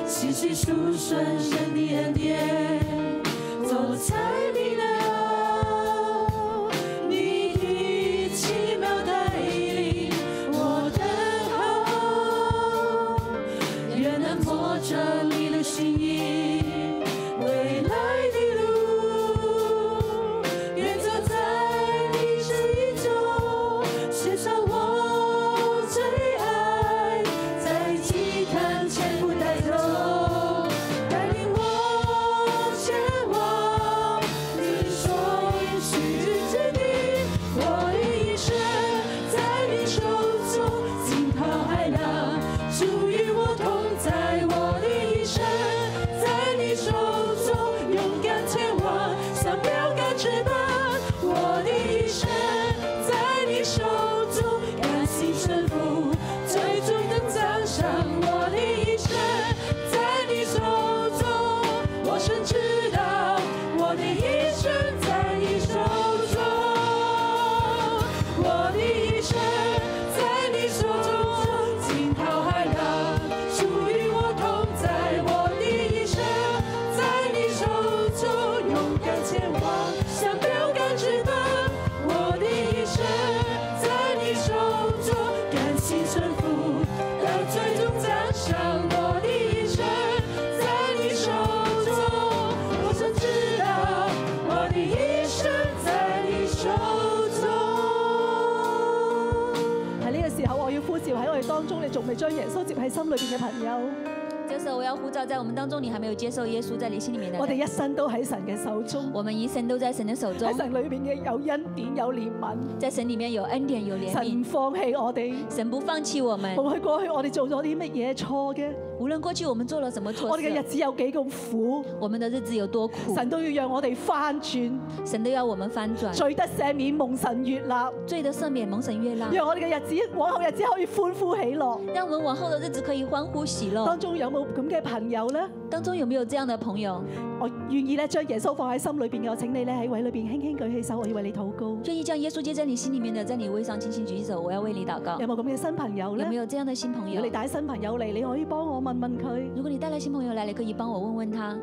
S5: 细细数算神的恩典，总才明了你的奇妙带领。我等候，愿能破着你的心意，未来的路，愿走在你指引中，献上我。深知道我的一生在你手中，我的一生在你手中，惊涛骇浪属于我同在，我的一生在你手中，勇敢前往，想标杆直奔，我的一生在你手中，甘心臣服，到最终赞赏我的一生。在你手中，我想知道我的一生在你手中。
S1: 喺呢個時候，我要呼召喺我哋當中，你仲未將耶穌接喺心裏邊嘅朋友，
S2: 这时候我要呼召在我们当中你还没有接受耶稣在你心里面的
S1: 我哋
S2: 人，
S1: 一生都喺神嘅手中，
S2: 我们一生都在神的手中
S1: 喺，神裏邊嘅有恩典有憐憫，
S2: 在神里面有恩典有怜
S1: 神唔
S2: 悯，
S1: 放棄我哋。
S2: 神不放棄我们。
S1: 無論過去我哋做咗啲乜嘢錯嘅，
S2: 无论过去我们做了什么
S1: 我
S2: 错
S1: 哋嘅日
S2: 事，
S1: 子有幾咁苦，
S2: 我们的日子有多苦，
S1: 神都要讓我哋翻轉，
S2: 神都要我们翻转，
S1: 罪得赦免，蒙神悦納，
S2: 罪得赦免，蒙神悦纳，
S1: 讓我哋嘅日子往後日子可以歡呼喜樂。
S2: 让我们往后的日子可以欢呼喜乐
S1: 當。中有冇咁嘅朋友呢？
S2: 当中有没有这样的朋友，
S1: 我願意咧將耶穌放喺心裏邊嘅，我請你咧喺位裏邊輕輕舉起手，我要為你禱告。
S2: 愿意将耶稣接在你心里面的，在你位上轻轻举手，我要为你祷告
S1: 有。冇咁嘅新朋友
S2: 有
S1: 呢
S2: 没？有这样的新朋
S1: 如果
S2: 友
S1: 你？帶新朋友嚟，你可以幫我問問佢。
S2: 如果你带来新朋友来，你可以帮我问问他。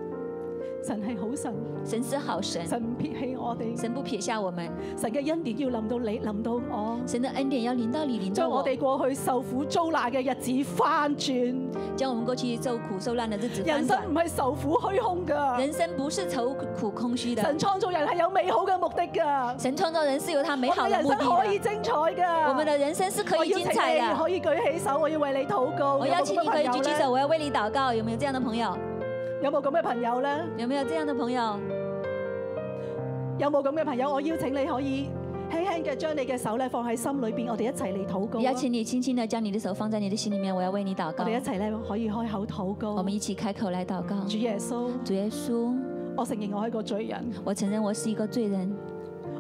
S1: 神係好神，
S2: 神是好神，
S1: 神唔撇棄我哋，
S2: 神不撇下我们，
S1: 神嘅恩典要臨到你，臨到我，
S2: 神的恩典要临到你，临到
S1: 將我
S2: 我，
S1: 哋過去受苦遭難嘅日子翻轉。
S2: 将我们过去受苦受难的日子翻
S1: 人
S2: 转
S1: 生。唔係受苦虛空㗎，
S2: 人生不是愁苦空虚的
S1: 神，創造人係有美好嘅目的㗎，
S2: 神创造人是有他美
S1: 我
S2: 好
S1: 哋
S2: 的
S1: 人
S2: 目
S1: 生
S2: 的
S1: 可以
S2: 的。
S1: 精彩㗎。
S2: 我们的人生是可
S1: 我
S2: 以
S1: 邀
S2: 精
S1: 請
S2: 彩
S1: 你
S2: 的。
S1: 可以舉起手，我要為你禱告。
S2: 我
S1: 有
S2: 邀
S1: 冇咁
S2: 请
S1: 嘅
S2: 你可
S1: 朋
S2: 以
S1: 友
S2: 举起
S1: 咧
S2: 手，？我要为你祷告。有没有这样的朋友？
S1: 有冇咁嘅朋友咧？
S2: 有没有这样的朋友？
S1: 有冇咁嘅朋友？我邀請你可以輕輕嘅將你嘅手咧放喺心裏邊，我哋一齊嚟禱告啊。
S2: 邀请你轻轻的将你的手放在你的心里面，我要为你祷
S1: 我
S2: 告
S1: 哋。一齊咧可以開口禱
S2: 我
S1: 告
S2: 们。一起开口来祷告。
S1: 主耶穌，
S2: 主耶稣，
S1: 我承認我係個罪人，
S2: 我承认我是一个罪人，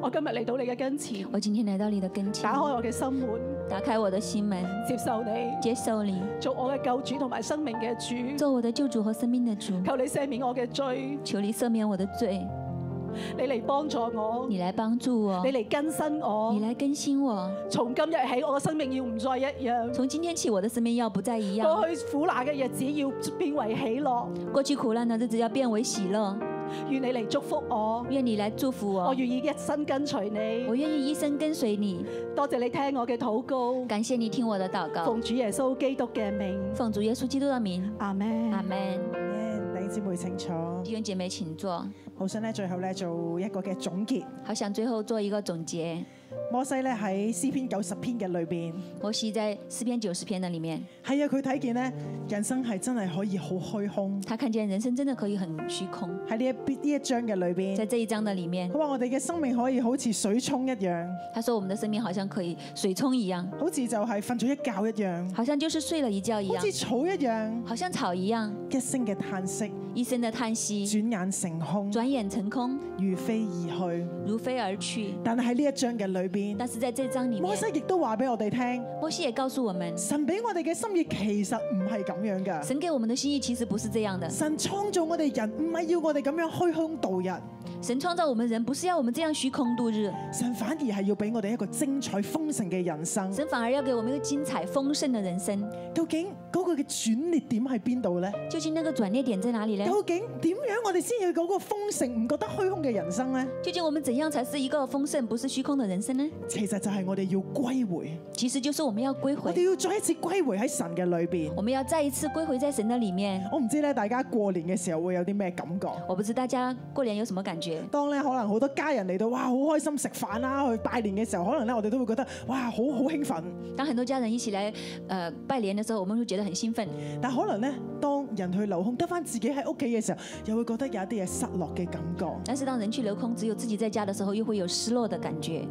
S1: 我今日嚟到你嘅跟前，
S2: 我今天来到你的跟前
S1: 打，開我嘅心門，
S2: 打开我的心门，
S1: 接受你
S2: 接受你
S1: 做我嘅救主同埋生命嘅主。
S2: 做我的救主和生命的主。
S1: 求你赦免我嘅罪，
S2: 求你赦免我的罪，
S1: 你嚟幫助我。
S2: 你来帮助我
S1: 你，嚟更新我
S2: 你，来更新我。
S1: 從今日起，我嘅生命要唔再一樣。
S2: 从今天起，我的生命要不再一样。
S1: 過去苦難嘅日子要變為喜樂。
S2: 过去苦难的日子要变为喜乐。
S1: 願你嚟祝福我，
S2: 愿你来祝福
S1: 我
S2: 我，
S1: 願意一生跟隨
S2: 我
S1: 你。
S2: 愿意一生跟随你。
S1: 多謝你聽我嘅禱告，
S2: 感谢你听我的祷告，
S1: 奉主耶穌基督嘅名，
S2: 奉主耶稣基督的名，
S1: 阿咩
S2: 阿？门。
S6: 弟兄姊妹清楚，
S2: 弟兄姐妹，请坐。
S6: 好想咧最後咧做一個嘅總結。
S2: 好想最后做一个总结。
S6: 摩西咧喺詩篇九十篇嘅裏邊，
S2: 摩西在诗篇九十篇的里面，
S6: 係啊，佢睇見咧人生係真係可以好虛空。
S2: 他看见人生真的可以很虚空。
S6: 喺呢一邊呢一章嘅裏
S2: 在
S6: 邊，
S2: 这一章的里面
S6: 佢，話我哋嘅生命可以好似水沖一樣，
S2: 他说我们的生命好像可以水冲一样，
S6: 好似就係瞓咗一覺一樣，
S2: 好像就是睡了一觉一
S6: 好
S2: 样
S6: 似，草一樣，
S2: 好像草一样，
S6: 一聲嘅嘆息，
S2: 一声的叹息，
S6: 轉眼成空，
S2: 转眼成空，
S6: 如飛而去。
S2: 如飞而去。
S6: 但係喺呢一章嘅裏邊，
S2: 但是在这章里
S6: 摩
S2: 面
S6: 西，亦都話俾我哋聽，
S2: 摩西也告诉我们，
S6: 神俾我哋嘅心意其實唔係咁樣㗎。
S2: 神给我们的心意其实不是这样的。
S6: 神創造我哋人，唔係要我哋咁樣虛空度日，
S2: 神创造我们人，不是要我们这样虚空度日，
S6: 神反而係要俾我哋一個精彩豐盛嘅人生。
S2: 神反而要给我们一个精彩丰盛的人生。
S6: 究竟嗰個嘅轉捩點喺邊度呢？
S2: 究竟那个转捩点在哪里呢？
S6: 究竟點樣我哋先要嗰個豐盛，唔覺得虛空嘅人生呢？
S2: 究竟我们怎样才是一个丰盛不是虚空的人生呢？
S6: 其實就係我哋要歸回，
S2: 其实就是我们要归
S6: 我
S2: 回，
S6: 哋要再一次歸回喺神嘅裏邊。
S2: 我们要再一次归回在神的里面。
S6: 我唔知咧，大家過年嘅時候會有啲咩感覺？
S2: 我不知大家过年有什么感觉？
S6: 當咧可能好多家人嚟到，哇，好開心食飯啦，去拜年嘅時候，可能咧我哋都會覺得，哇，好好興奮。
S2: 当很多家人一起来呃拜年的时候，我们会觉得很兴奋。
S6: 但可能咧，當人去留空得翻自己喺屋企嘅時候，又會覺得有一啲嘢失落嘅感覺。
S2: 但是当人去留空，只有自己在家的时候，又会有失落的感觉。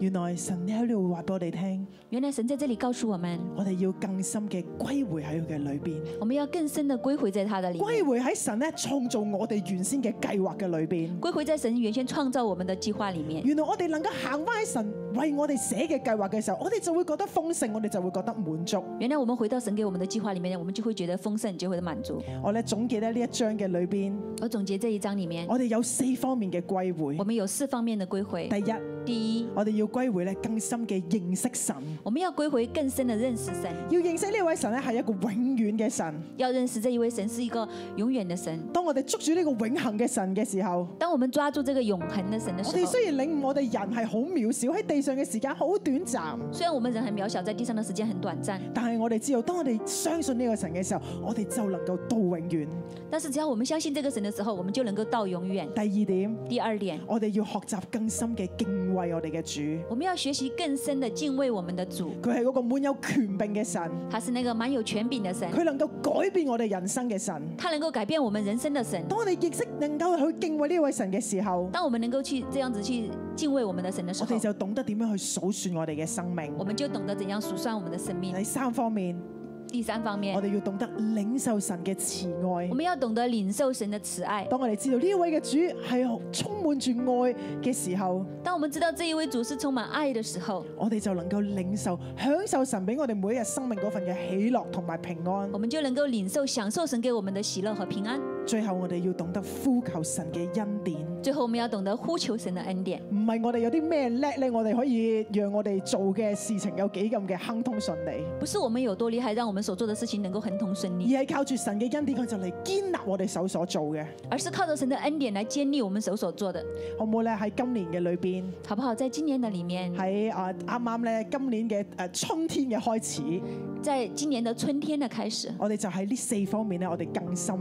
S6: 原來神喺呢度話俾我哋聽，
S2: 原来神在这里告诉我们，
S6: 我哋要更深嘅歸回喺佢嘅裏邊，
S2: 我们要更深的归回在他的里面，
S6: 歸回喺神咧創造我哋原先嘅計劃嘅裏邊。
S2: 归回在神原先创造我们的计划里面。
S6: 原來我哋能夠行翻喺神為我哋寫嘅計劃嘅時候，我哋就會覺得豐盛，我哋就會覺得滿足。
S2: 原来我们回到神给我们的计划里面，我们就会觉得丰盛，就会满足。
S6: 我咧總結咧呢一章嘅裏邊，
S2: 我总结这一章里面，
S6: 我哋有四方面嘅歸回
S2: 我。们有四方面的归回。
S6: 第一，
S2: 第一，
S6: 我哋要歸回咧更深嘅認識神，
S2: 我们要归回更深的认识神，
S6: 要認識呢位神咧係一個永遠嘅神。
S2: 要认识这一位神是一个永远的神。
S6: 當我哋捉住呢個永恆嘅神嘅時候，
S2: 当我们抓住这个永恒的神的时
S6: 我哋
S2: 候，
S6: 雖然領悟我哋人係好渺小，喺地上嘅時間好短暫，
S2: 虽然我们人很渺小，在地上的时间很短暂，
S6: 但係我哋知道，當我哋相信呢個神嘅時候，我哋就能夠到永遠。
S2: 但是只要我们相信这个神的时候，我们就能够到永远。
S6: 第二點，
S2: 第二点，
S6: 我哋要學習更深嘅敬畏我哋嘅主，
S2: 我们要学习更深的敬畏我们的主，
S6: 佢係嗰個滿有權柄嘅神，
S2: 他是那个蛮有权柄的神，
S6: 佢能夠改變我哋人生嘅神。
S2: 他能够改变我们人生的神。
S6: 當我哋認識能夠去敬畏呢位神嘅時候，
S2: 当我们能够去这样子去敬畏我们的神的时
S6: 我
S2: 候
S6: 哋，就懂得點樣去數算我哋嘅生命
S2: 我。们就懂得怎样数算我们的生命。
S6: 第三方面，
S2: 第三方面
S6: 我，哋要懂得領受神嘅慈愛
S2: 我。们要懂得领受神的慈爱。
S6: 當我哋知道呢位嘅主係充滿住愛嘅時候，
S2: 当我们知道这一位主是充满爱的时候，
S6: 我哋就能夠領受、享受神俾我哋每一日生命嗰份嘅喜樂同埋平安
S2: 我。们就能够领受、享受神给我们的喜乐和平安。
S6: 最後，我哋要懂得呼求神嘅恩典，
S2: 最后，我们要懂得呼求神的恩典，
S6: 唔係我哋有啲咩叻咧，我哋可以讓我哋做嘅事情有幾咁嘅亨通順利，
S2: 不是我们有多厉害，让我们所做的事情能够亨通顺利，
S6: 而係靠住神嘅恩典，佢就嚟堅立我哋手所做嘅，
S2: 而是靠着神的恩典来建立我们手所做的，
S6: 好唔好咧？喺今年嘅裏邊，
S2: 好不好？在今年的里面，
S6: 喺啊啱啱咧今年嘅誒、呃春天嘅開始，
S2: 在今年的春天的开始，
S6: 我哋就喺呢四方面咧，我哋更深、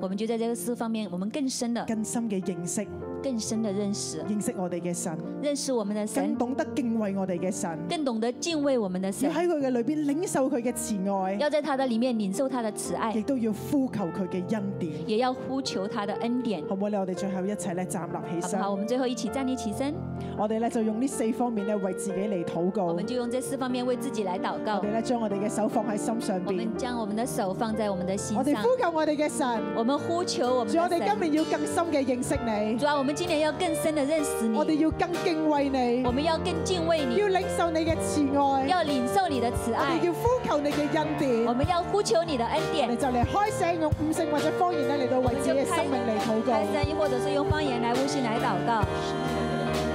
S2: 我们就在这个四方面，我们更深的、
S6: 更深嘅認識，
S2: 更深的认识，
S6: 認識我哋嘅神。
S2: 认识我们的
S6: 更
S2: 神，
S6: 懂得敬畏我哋嘅神，
S2: 更懂得敬畏我们的
S6: 要
S2: 神，
S6: 喺佢嘅裏邊領受佢嘅慈愛，
S2: 要在他的里面领受他的慈爱
S6: 亦，都要呼求佢嘅恩典，
S2: 也要呼求他的恩典，
S6: 好唔好咧？我哋最後一齊咧站立起
S2: 好不好？
S6: 身，
S2: 我们最后一起站立起身，
S6: 我哋咧就用呢四方面咧為自己嚟禱告，
S2: 我
S6: 我
S2: 们就用这四方面为自己来祷告
S6: 哋。咧將我哋嘅手放喺心上
S2: 我
S6: 邊
S2: 们，将我们的手放在我们的心
S6: 我哋
S2: 上，
S6: 呼求我哋嘅神，
S2: 我们呼求我们
S6: 主我
S2: 的
S6: 哋今
S2: 神。
S6: 年要更深嘅認識你，
S2: 主啊，我们今年要更深的认识
S6: 我哋
S2: 你，
S6: 要更敬畏你
S2: 我，们要更敬畏你
S6: 要，領受你嘅慈愛，
S2: 要领受你的慈
S6: 我
S2: 爱
S6: 哋，要呼求你嘅恩典
S2: 我，们要呼求你的恩
S6: 我哋
S2: 典。
S6: 就嚟開聲用五聖或者方言咧嚟到
S2: 我
S6: 為
S2: 们
S6: 自己
S2: 就
S6: 嘅
S2: 开
S6: 生命嚟禱
S2: 开
S6: 告。
S2: 声音，或者是用方言来悟性来祷告。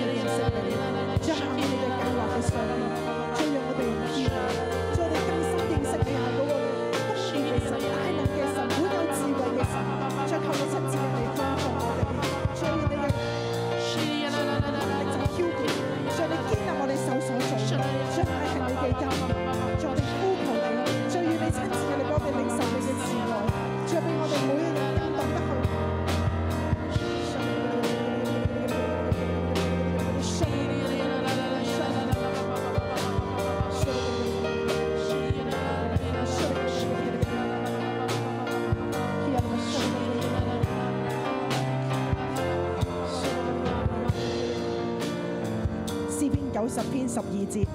S6: 將喺你嘅計劃嘅上面，再讓我哋見到，再我哋更深認識你係嗰個豐盛嘅神、大能嘅神、滿有智慧嘅神，再靠你親自嘅嚟幫助我哋，再用你嘅力就挑撥，再你建立我哋手所做，將係係你嘅恩典，再我哋呼求你，再願你親自嘅嚟幫我哋領受你嘅慈愛，再俾我哋每一日都懂得去。诗篇九十篇十二节，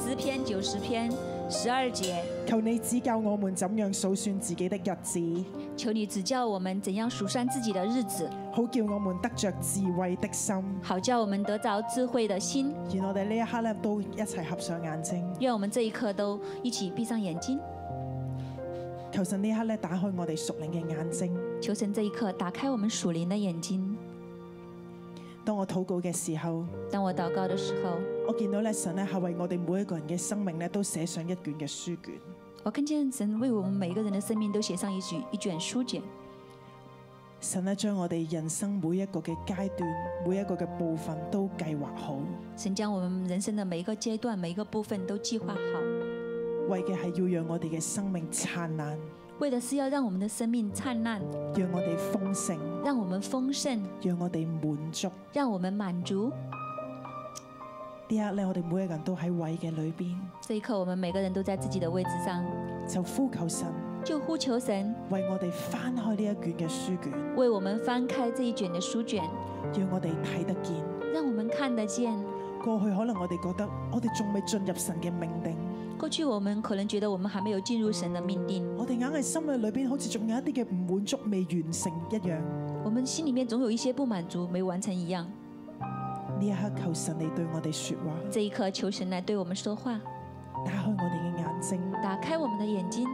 S2: 十篇九十篇十二节，
S6: 求你指教我们怎样数算自己的日子，
S2: 求你指教我们怎样数算自己的日子，
S6: 好叫我们得着智慧的心。
S2: 好叫我们得着智慧的心。
S6: 愿我哋呢一刻咧都一齐合上眼睛，
S2: 愿我们这一刻都一起闭上眼睛，
S6: 求神呢一刻咧打开我哋属灵嘅眼睛。
S2: 求神这一刻打开我们属灵的眼睛。
S6: 当我祷告嘅时候，
S2: 当我祷告的时候，
S6: 我见到咧神咧系为我哋每一个人嘅生命咧都写上一卷嘅书卷。
S2: 我看见神为我们每一个人的生命都写上一卷一卷书卷。
S6: 神咧将我哋人生每一个嘅阶段，每一个嘅部分都计划好，
S2: 神将我们人生的每一个阶段、每一个部分都计划好，
S6: 为嘅系要让我哋嘅生命灿烂，
S2: 为的是要让我们的生命灿烂，
S6: 让我哋丰盛，
S2: 让我们丰盛，
S6: 让我哋满足。
S2: 让我们满足。
S6: 呢一刻咧，我哋每一個人都喺位嘅裏邊，
S2: 这一刻，我们每个人都在自己的位置上，
S6: 就呼求神
S2: 就呼求神
S6: 為我哋翻開呢一卷嘅書卷，
S2: 为我们翻开这一卷的书卷，
S6: 讓我哋睇得見。
S2: 让我们看得见。
S6: 過去可能我哋覺得我哋仲未進入神嘅命定，
S2: 过去我们可能觉得我们还没有进入神的命定，
S6: 我哋硬係心裏裏邊好似仲有一啲嘅唔滿足未完成一樣。
S2: 我们心里面总有一些不满足没完成一样。
S6: 呢一刻求神你對我哋説話，
S2: 这一刻，求神来对我们说话，
S6: 打開我哋嘅眼睛。
S2: 打开我们的眼睛。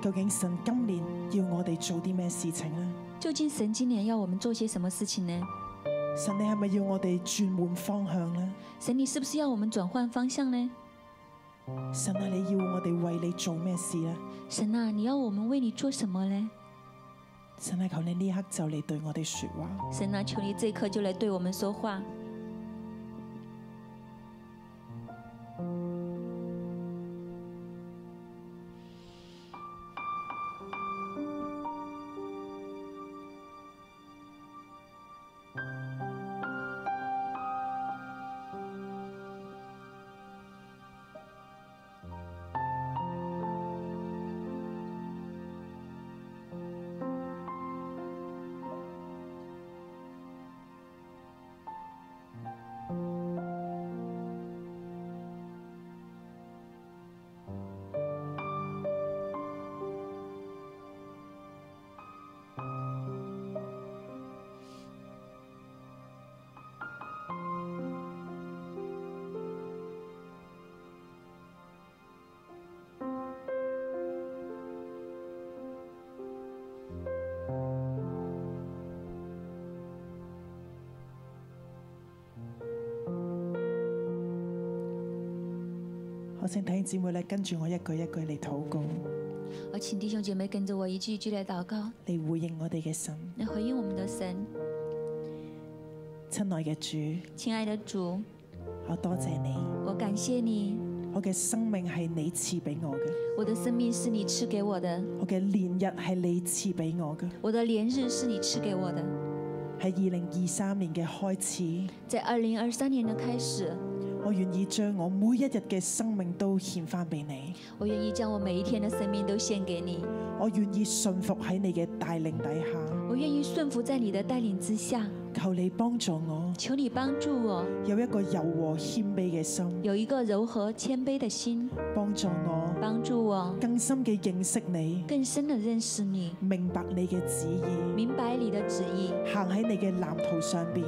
S6: 究竟神今年要我哋做啲咩事情啊呢？
S2: 究竟神今年要我们做些什么事情呢？
S6: 神你係咪要我哋轉換方向呢？
S2: 神，你是不是要我们转换方向呢？
S6: 神啊，你要我哋為你做咩事呢？
S2: 神啊，你要我们为你做什么呢？
S6: 神啊，求你呢一刻就嚟對我哋説話。
S2: 神啊，求你这一刻就来对我们说话。
S6: 我請弟兄姊妹咧，跟住我一句一句嚟禱告，
S2: 而请弟兄姐妹跟着我一句一句来祷告，
S6: 嚟回應我哋嘅神。
S2: 来回应我们的神。
S6: 親愛嘅主，
S2: 亲爱的主，
S6: 我多謝你，
S2: 我感谢你，
S6: 我嘅生命係你賜俾我嘅，
S2: 我的生命是你赐给我的，
S6: 我嘅年日係你賜俾我嘅，
S2: 我的连日是你赐给我的。
S6: 喺二零二三年嘅開始，
S2: 在二零二三年的开始，
S6: 我願意將我每一日嘅生命都獻翻俾你，
S2: 我愿意将我每一天的生命都献给你，
S6: 我願意信服喺你嘅帶領底下，
S2: 我愿意顺服在你的带领之下。
S6: 求你幫助我
S2: 求你帮助我
S6: 有一個柔和謙卑嘅心，
S2: 有一个柔和谦卑的心，
S6: 幫助我
S2: 帮助我
S6: 更深嘅認識你，
S2: 更深的认识你，
S6: 明白你嘅旨意，
S2: 明白你的旨意，
S6: 行喺你嘅藍圖上邊。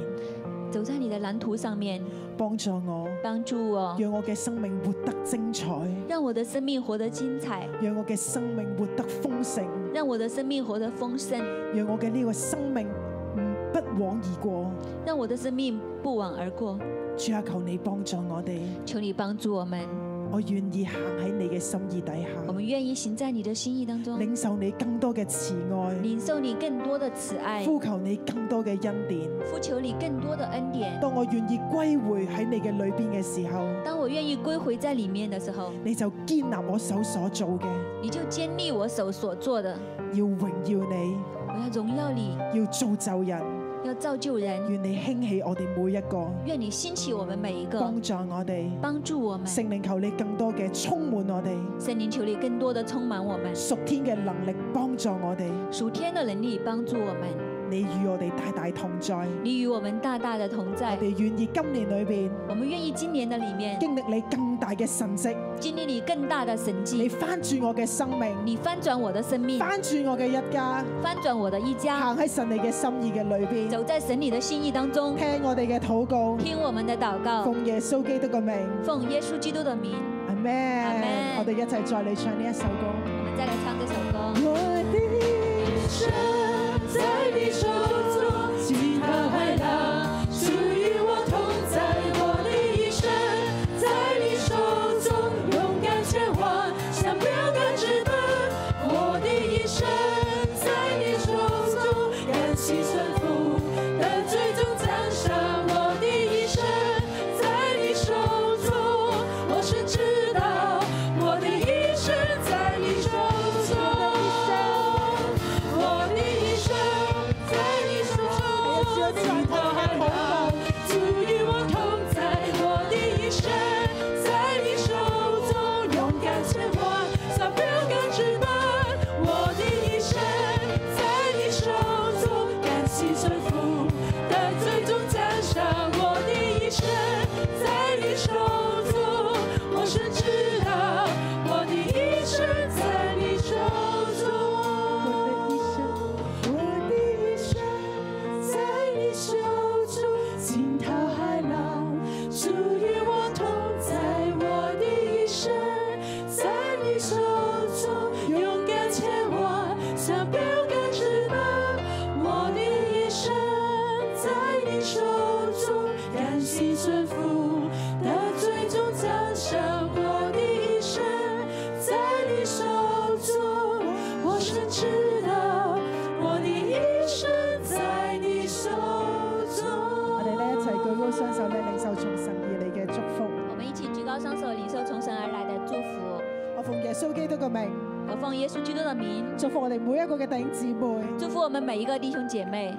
S2: 走在你的蓝图上面，
S6: 幫助我，
S2: 帮助我，
S6: 讓我嘅生命活得精彩，
S2: 让我的生命活得精彩，
S6: 讓我嘅生命活得豐盛，
S2: 让我的生命活得丰盛，
S6: 讓我嘅呢個生命唔不往而過。
S2: 让我的生命不往而过。
S6: 主啊，求你幫助我哋，
S2: 求你帮助我们，
S6: 我願意行喺你嘅心意底
S2: 我
S6: 下，
S2: 们愿意行在你的心意当中，
S6: 領受你更多嘅慈愛，
S2: 领受你更多的慈爱，
S6: 呼求你更多嘅恩典。
S2: 呼求你更多的恩典。
S6: 當我願意歸回喺你嘅裏邊嘅時候，
S2: 当我愿意归回在里面的时候，
S6: 你就堅立我手所做嘅，
S2: 你就坚立我手所做的。
S6: 要榮耀你，
S2: 我要荣耀你，
S6: 要造就人，
S2: 要造就人。
S6: 願你興起我哋每一個，
S2: 愿你兴起我们每一个
S6: 幫，助我哋。
S2: 帮助我们。
S6: 聖靈求你更多嘅充滿我哋，
S2: 圣灵求你更多的充满我们，
S6: 屬天嘅能力幫助我哋，
S2: 属天的能力帮助我们。
S6: 你與我哋大大同在。我
S2: 你与我们大大的同在，
S6: 哋願意今年裏邊
S2: 我们愿意今年的里面
S6: 經歷你更大嘅神蹟，
S2: 经历你更大的神
S6: 你
S2: 迹。
S6: 翻轉我嘅生命，
S2: 你翻转我的生命，
S6: 翻轉我嘅一家，
S2: 翻转我的一家，
S6: 行喺神你嘅心意嘅裏邊，
S2: 走在神你的心意当中。
S6: 聽我哋嘅禱告，
S2: 听我们的祷告，
S6: 奉耶穌基督嘅名，
S2: 奉耶稣基督的名，
S6: 阿咩？
S2: Amen
S6: 我哋一齊再嚟唱呢一首歌。
S2: 我们再来唱这首歌。
S6: 我的
S5: 神在你手中，惊涛骇浪，属于我同在。我的一生在你手中，勇敢前往，像标杆直奔。我的一生在你手中，甘心顺服，但最终奖赏。我的一生在你手中，我深知道我的一生在你手中。我的一生在你手中，惊涛骇浪，主与我同在。我的一生在你手中，勇敢前往，像标杆直奔。我的一生在你手中，甘心顺曾标杆直奔，我的一生在你手中，甘心顺服的最终奖赏。我的一生在你手中，我深知道我的一生在你手中。
S6: 我哋咧一齊舉高雙手咧，領受從神而嚟嘅祝福。
S2: 我们一起举高双手，领受从神而来的祝福。
S6: 我奉耶穌基督嘅名，
S2: 我奉耶稣基督的名，
S6: 祝福我哋每一個嘅弟兄姊妹
S2: 祝福我们每一个弟兄姐妹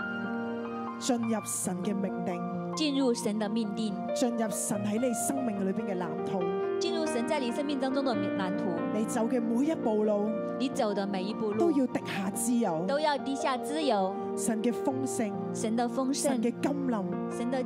S6: 進入神嘅命定，
S2: 进入神的命定，
S6: 進入神喺你生命裏邊嘅藍圖。
S2: 进入神在你生命当中的蓝图。
S6: 你走嘅每一步路
S2: 你走的每一步路
S6: 都要滴下之油，
S2: 都要滴下脂油，
S6: 神嘅豐盛、
S2: 神的丰盛
S6: 神，嘅甘霖
S2: 神的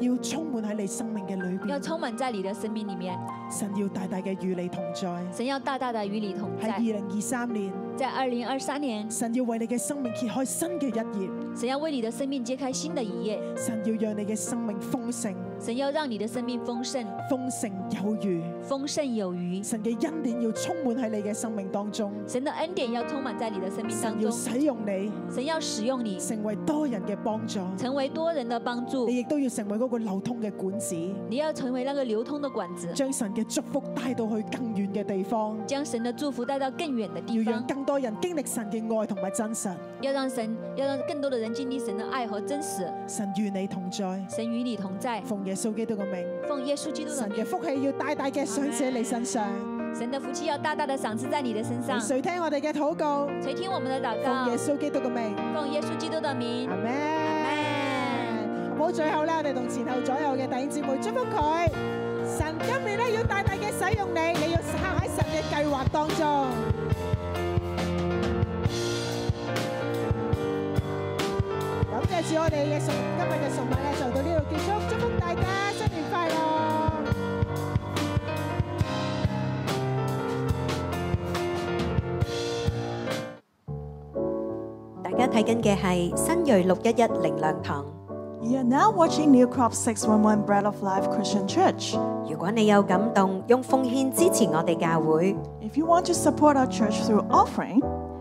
S6: 要充滿喺你生命嘅裏
S2: 要
S6: 邊。
S2: 充满在你的生命里面，
S6: 神要大大嘅與你同在。
S2: 神要大大的与你同
S6: 喺
S2: 在
S6: 二。零二三年，
S2: 在二零二三年，
S6: 神要為你嘅生命揭開新嘅一頁，
S2: 神要为你的生命揭开新的一页，
S6: 神要讓你嘅生命豐盛、
S2: 神要让你的生命丰盛，
S6: 豐盛有餘。
S2: 丰盛有余。
S6: 神嘅恩典要充滿喺你嘅生命當中，
S2: 神的恩典要充满在你的生命当
S6: 神要
S2: 中，
S6: 使用你
S2: 神要使用你，
S6: 成為多人嘅幫助，
S2: 成为多人的帮助
S6: 你。亦都要成為嗰個流通嘅管子，
S2: 你要成为那个流通的管子，
S6: 將神嘅祝福帶到去更遠嘅地方，
S2: 将神的祝福带到更远的
S6: 要
S2: 地
S6: 讓
S2: 方。
S6: 更多人經歷神嘅愛同埋真實。
S2: 要让神，要让更多的人经历神的爱和真实。
S6: 神與你同在，
S2: 神与你同在，
S6: 奉耶穌基督嘅名，
S2: 奉耶稣基督的
S6: 神
S2: 名，
S6: 嘅福氣要大大嘅賞賜喺你身上。
S2: 神的福气要大大的赏赐在你的身上。
S6: 垂聽我哋嘅禱告，
S2: 垂听我们的祷
S6: 奉
S2: 告
S6: 耶，穌基督嘅名，
S2: 奉耶稣基督的名
S6: 阿。咩？好，最後咧，我哋同前後左右嘅弟兄姊妹祝福佢。神今年咧要大大嘅使用你，你要行喺神嘅計劃當中。感謝主，我哋嘅崇今日嘅崇拜咧就到呢度結束，祝福大家新年快樂。
S7: 大家睇緊嘅係新锐六一一靈糧堂。
S8: You are now watching New Crop 611 Bread of Life Christian Church.
S7: 如果你有感動，用奉獻支持我哋教會，
S8: If you want to support our church through offering,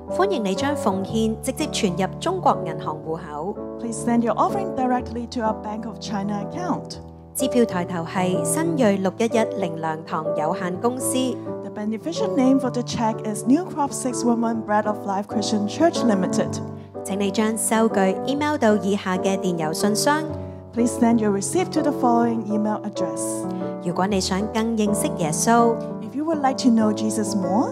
S7: 歡迎你將奉獻直接存入中國銀行户口。
S8: please send your offering directly to our Bank of China account.
S7: 支票抬頭係新锐六一一靈糧堂有限公司，
S8: The beneficial name for the check is New Crop 611 Bread of Life Christian Church Limited.
S7: 請你將收據 email 到以下嘅電郵信箱。
S8: Please send your receipt to the following email address.
S7: 如果你想更認識耶穌，
S8: If you would like to know Jesus more,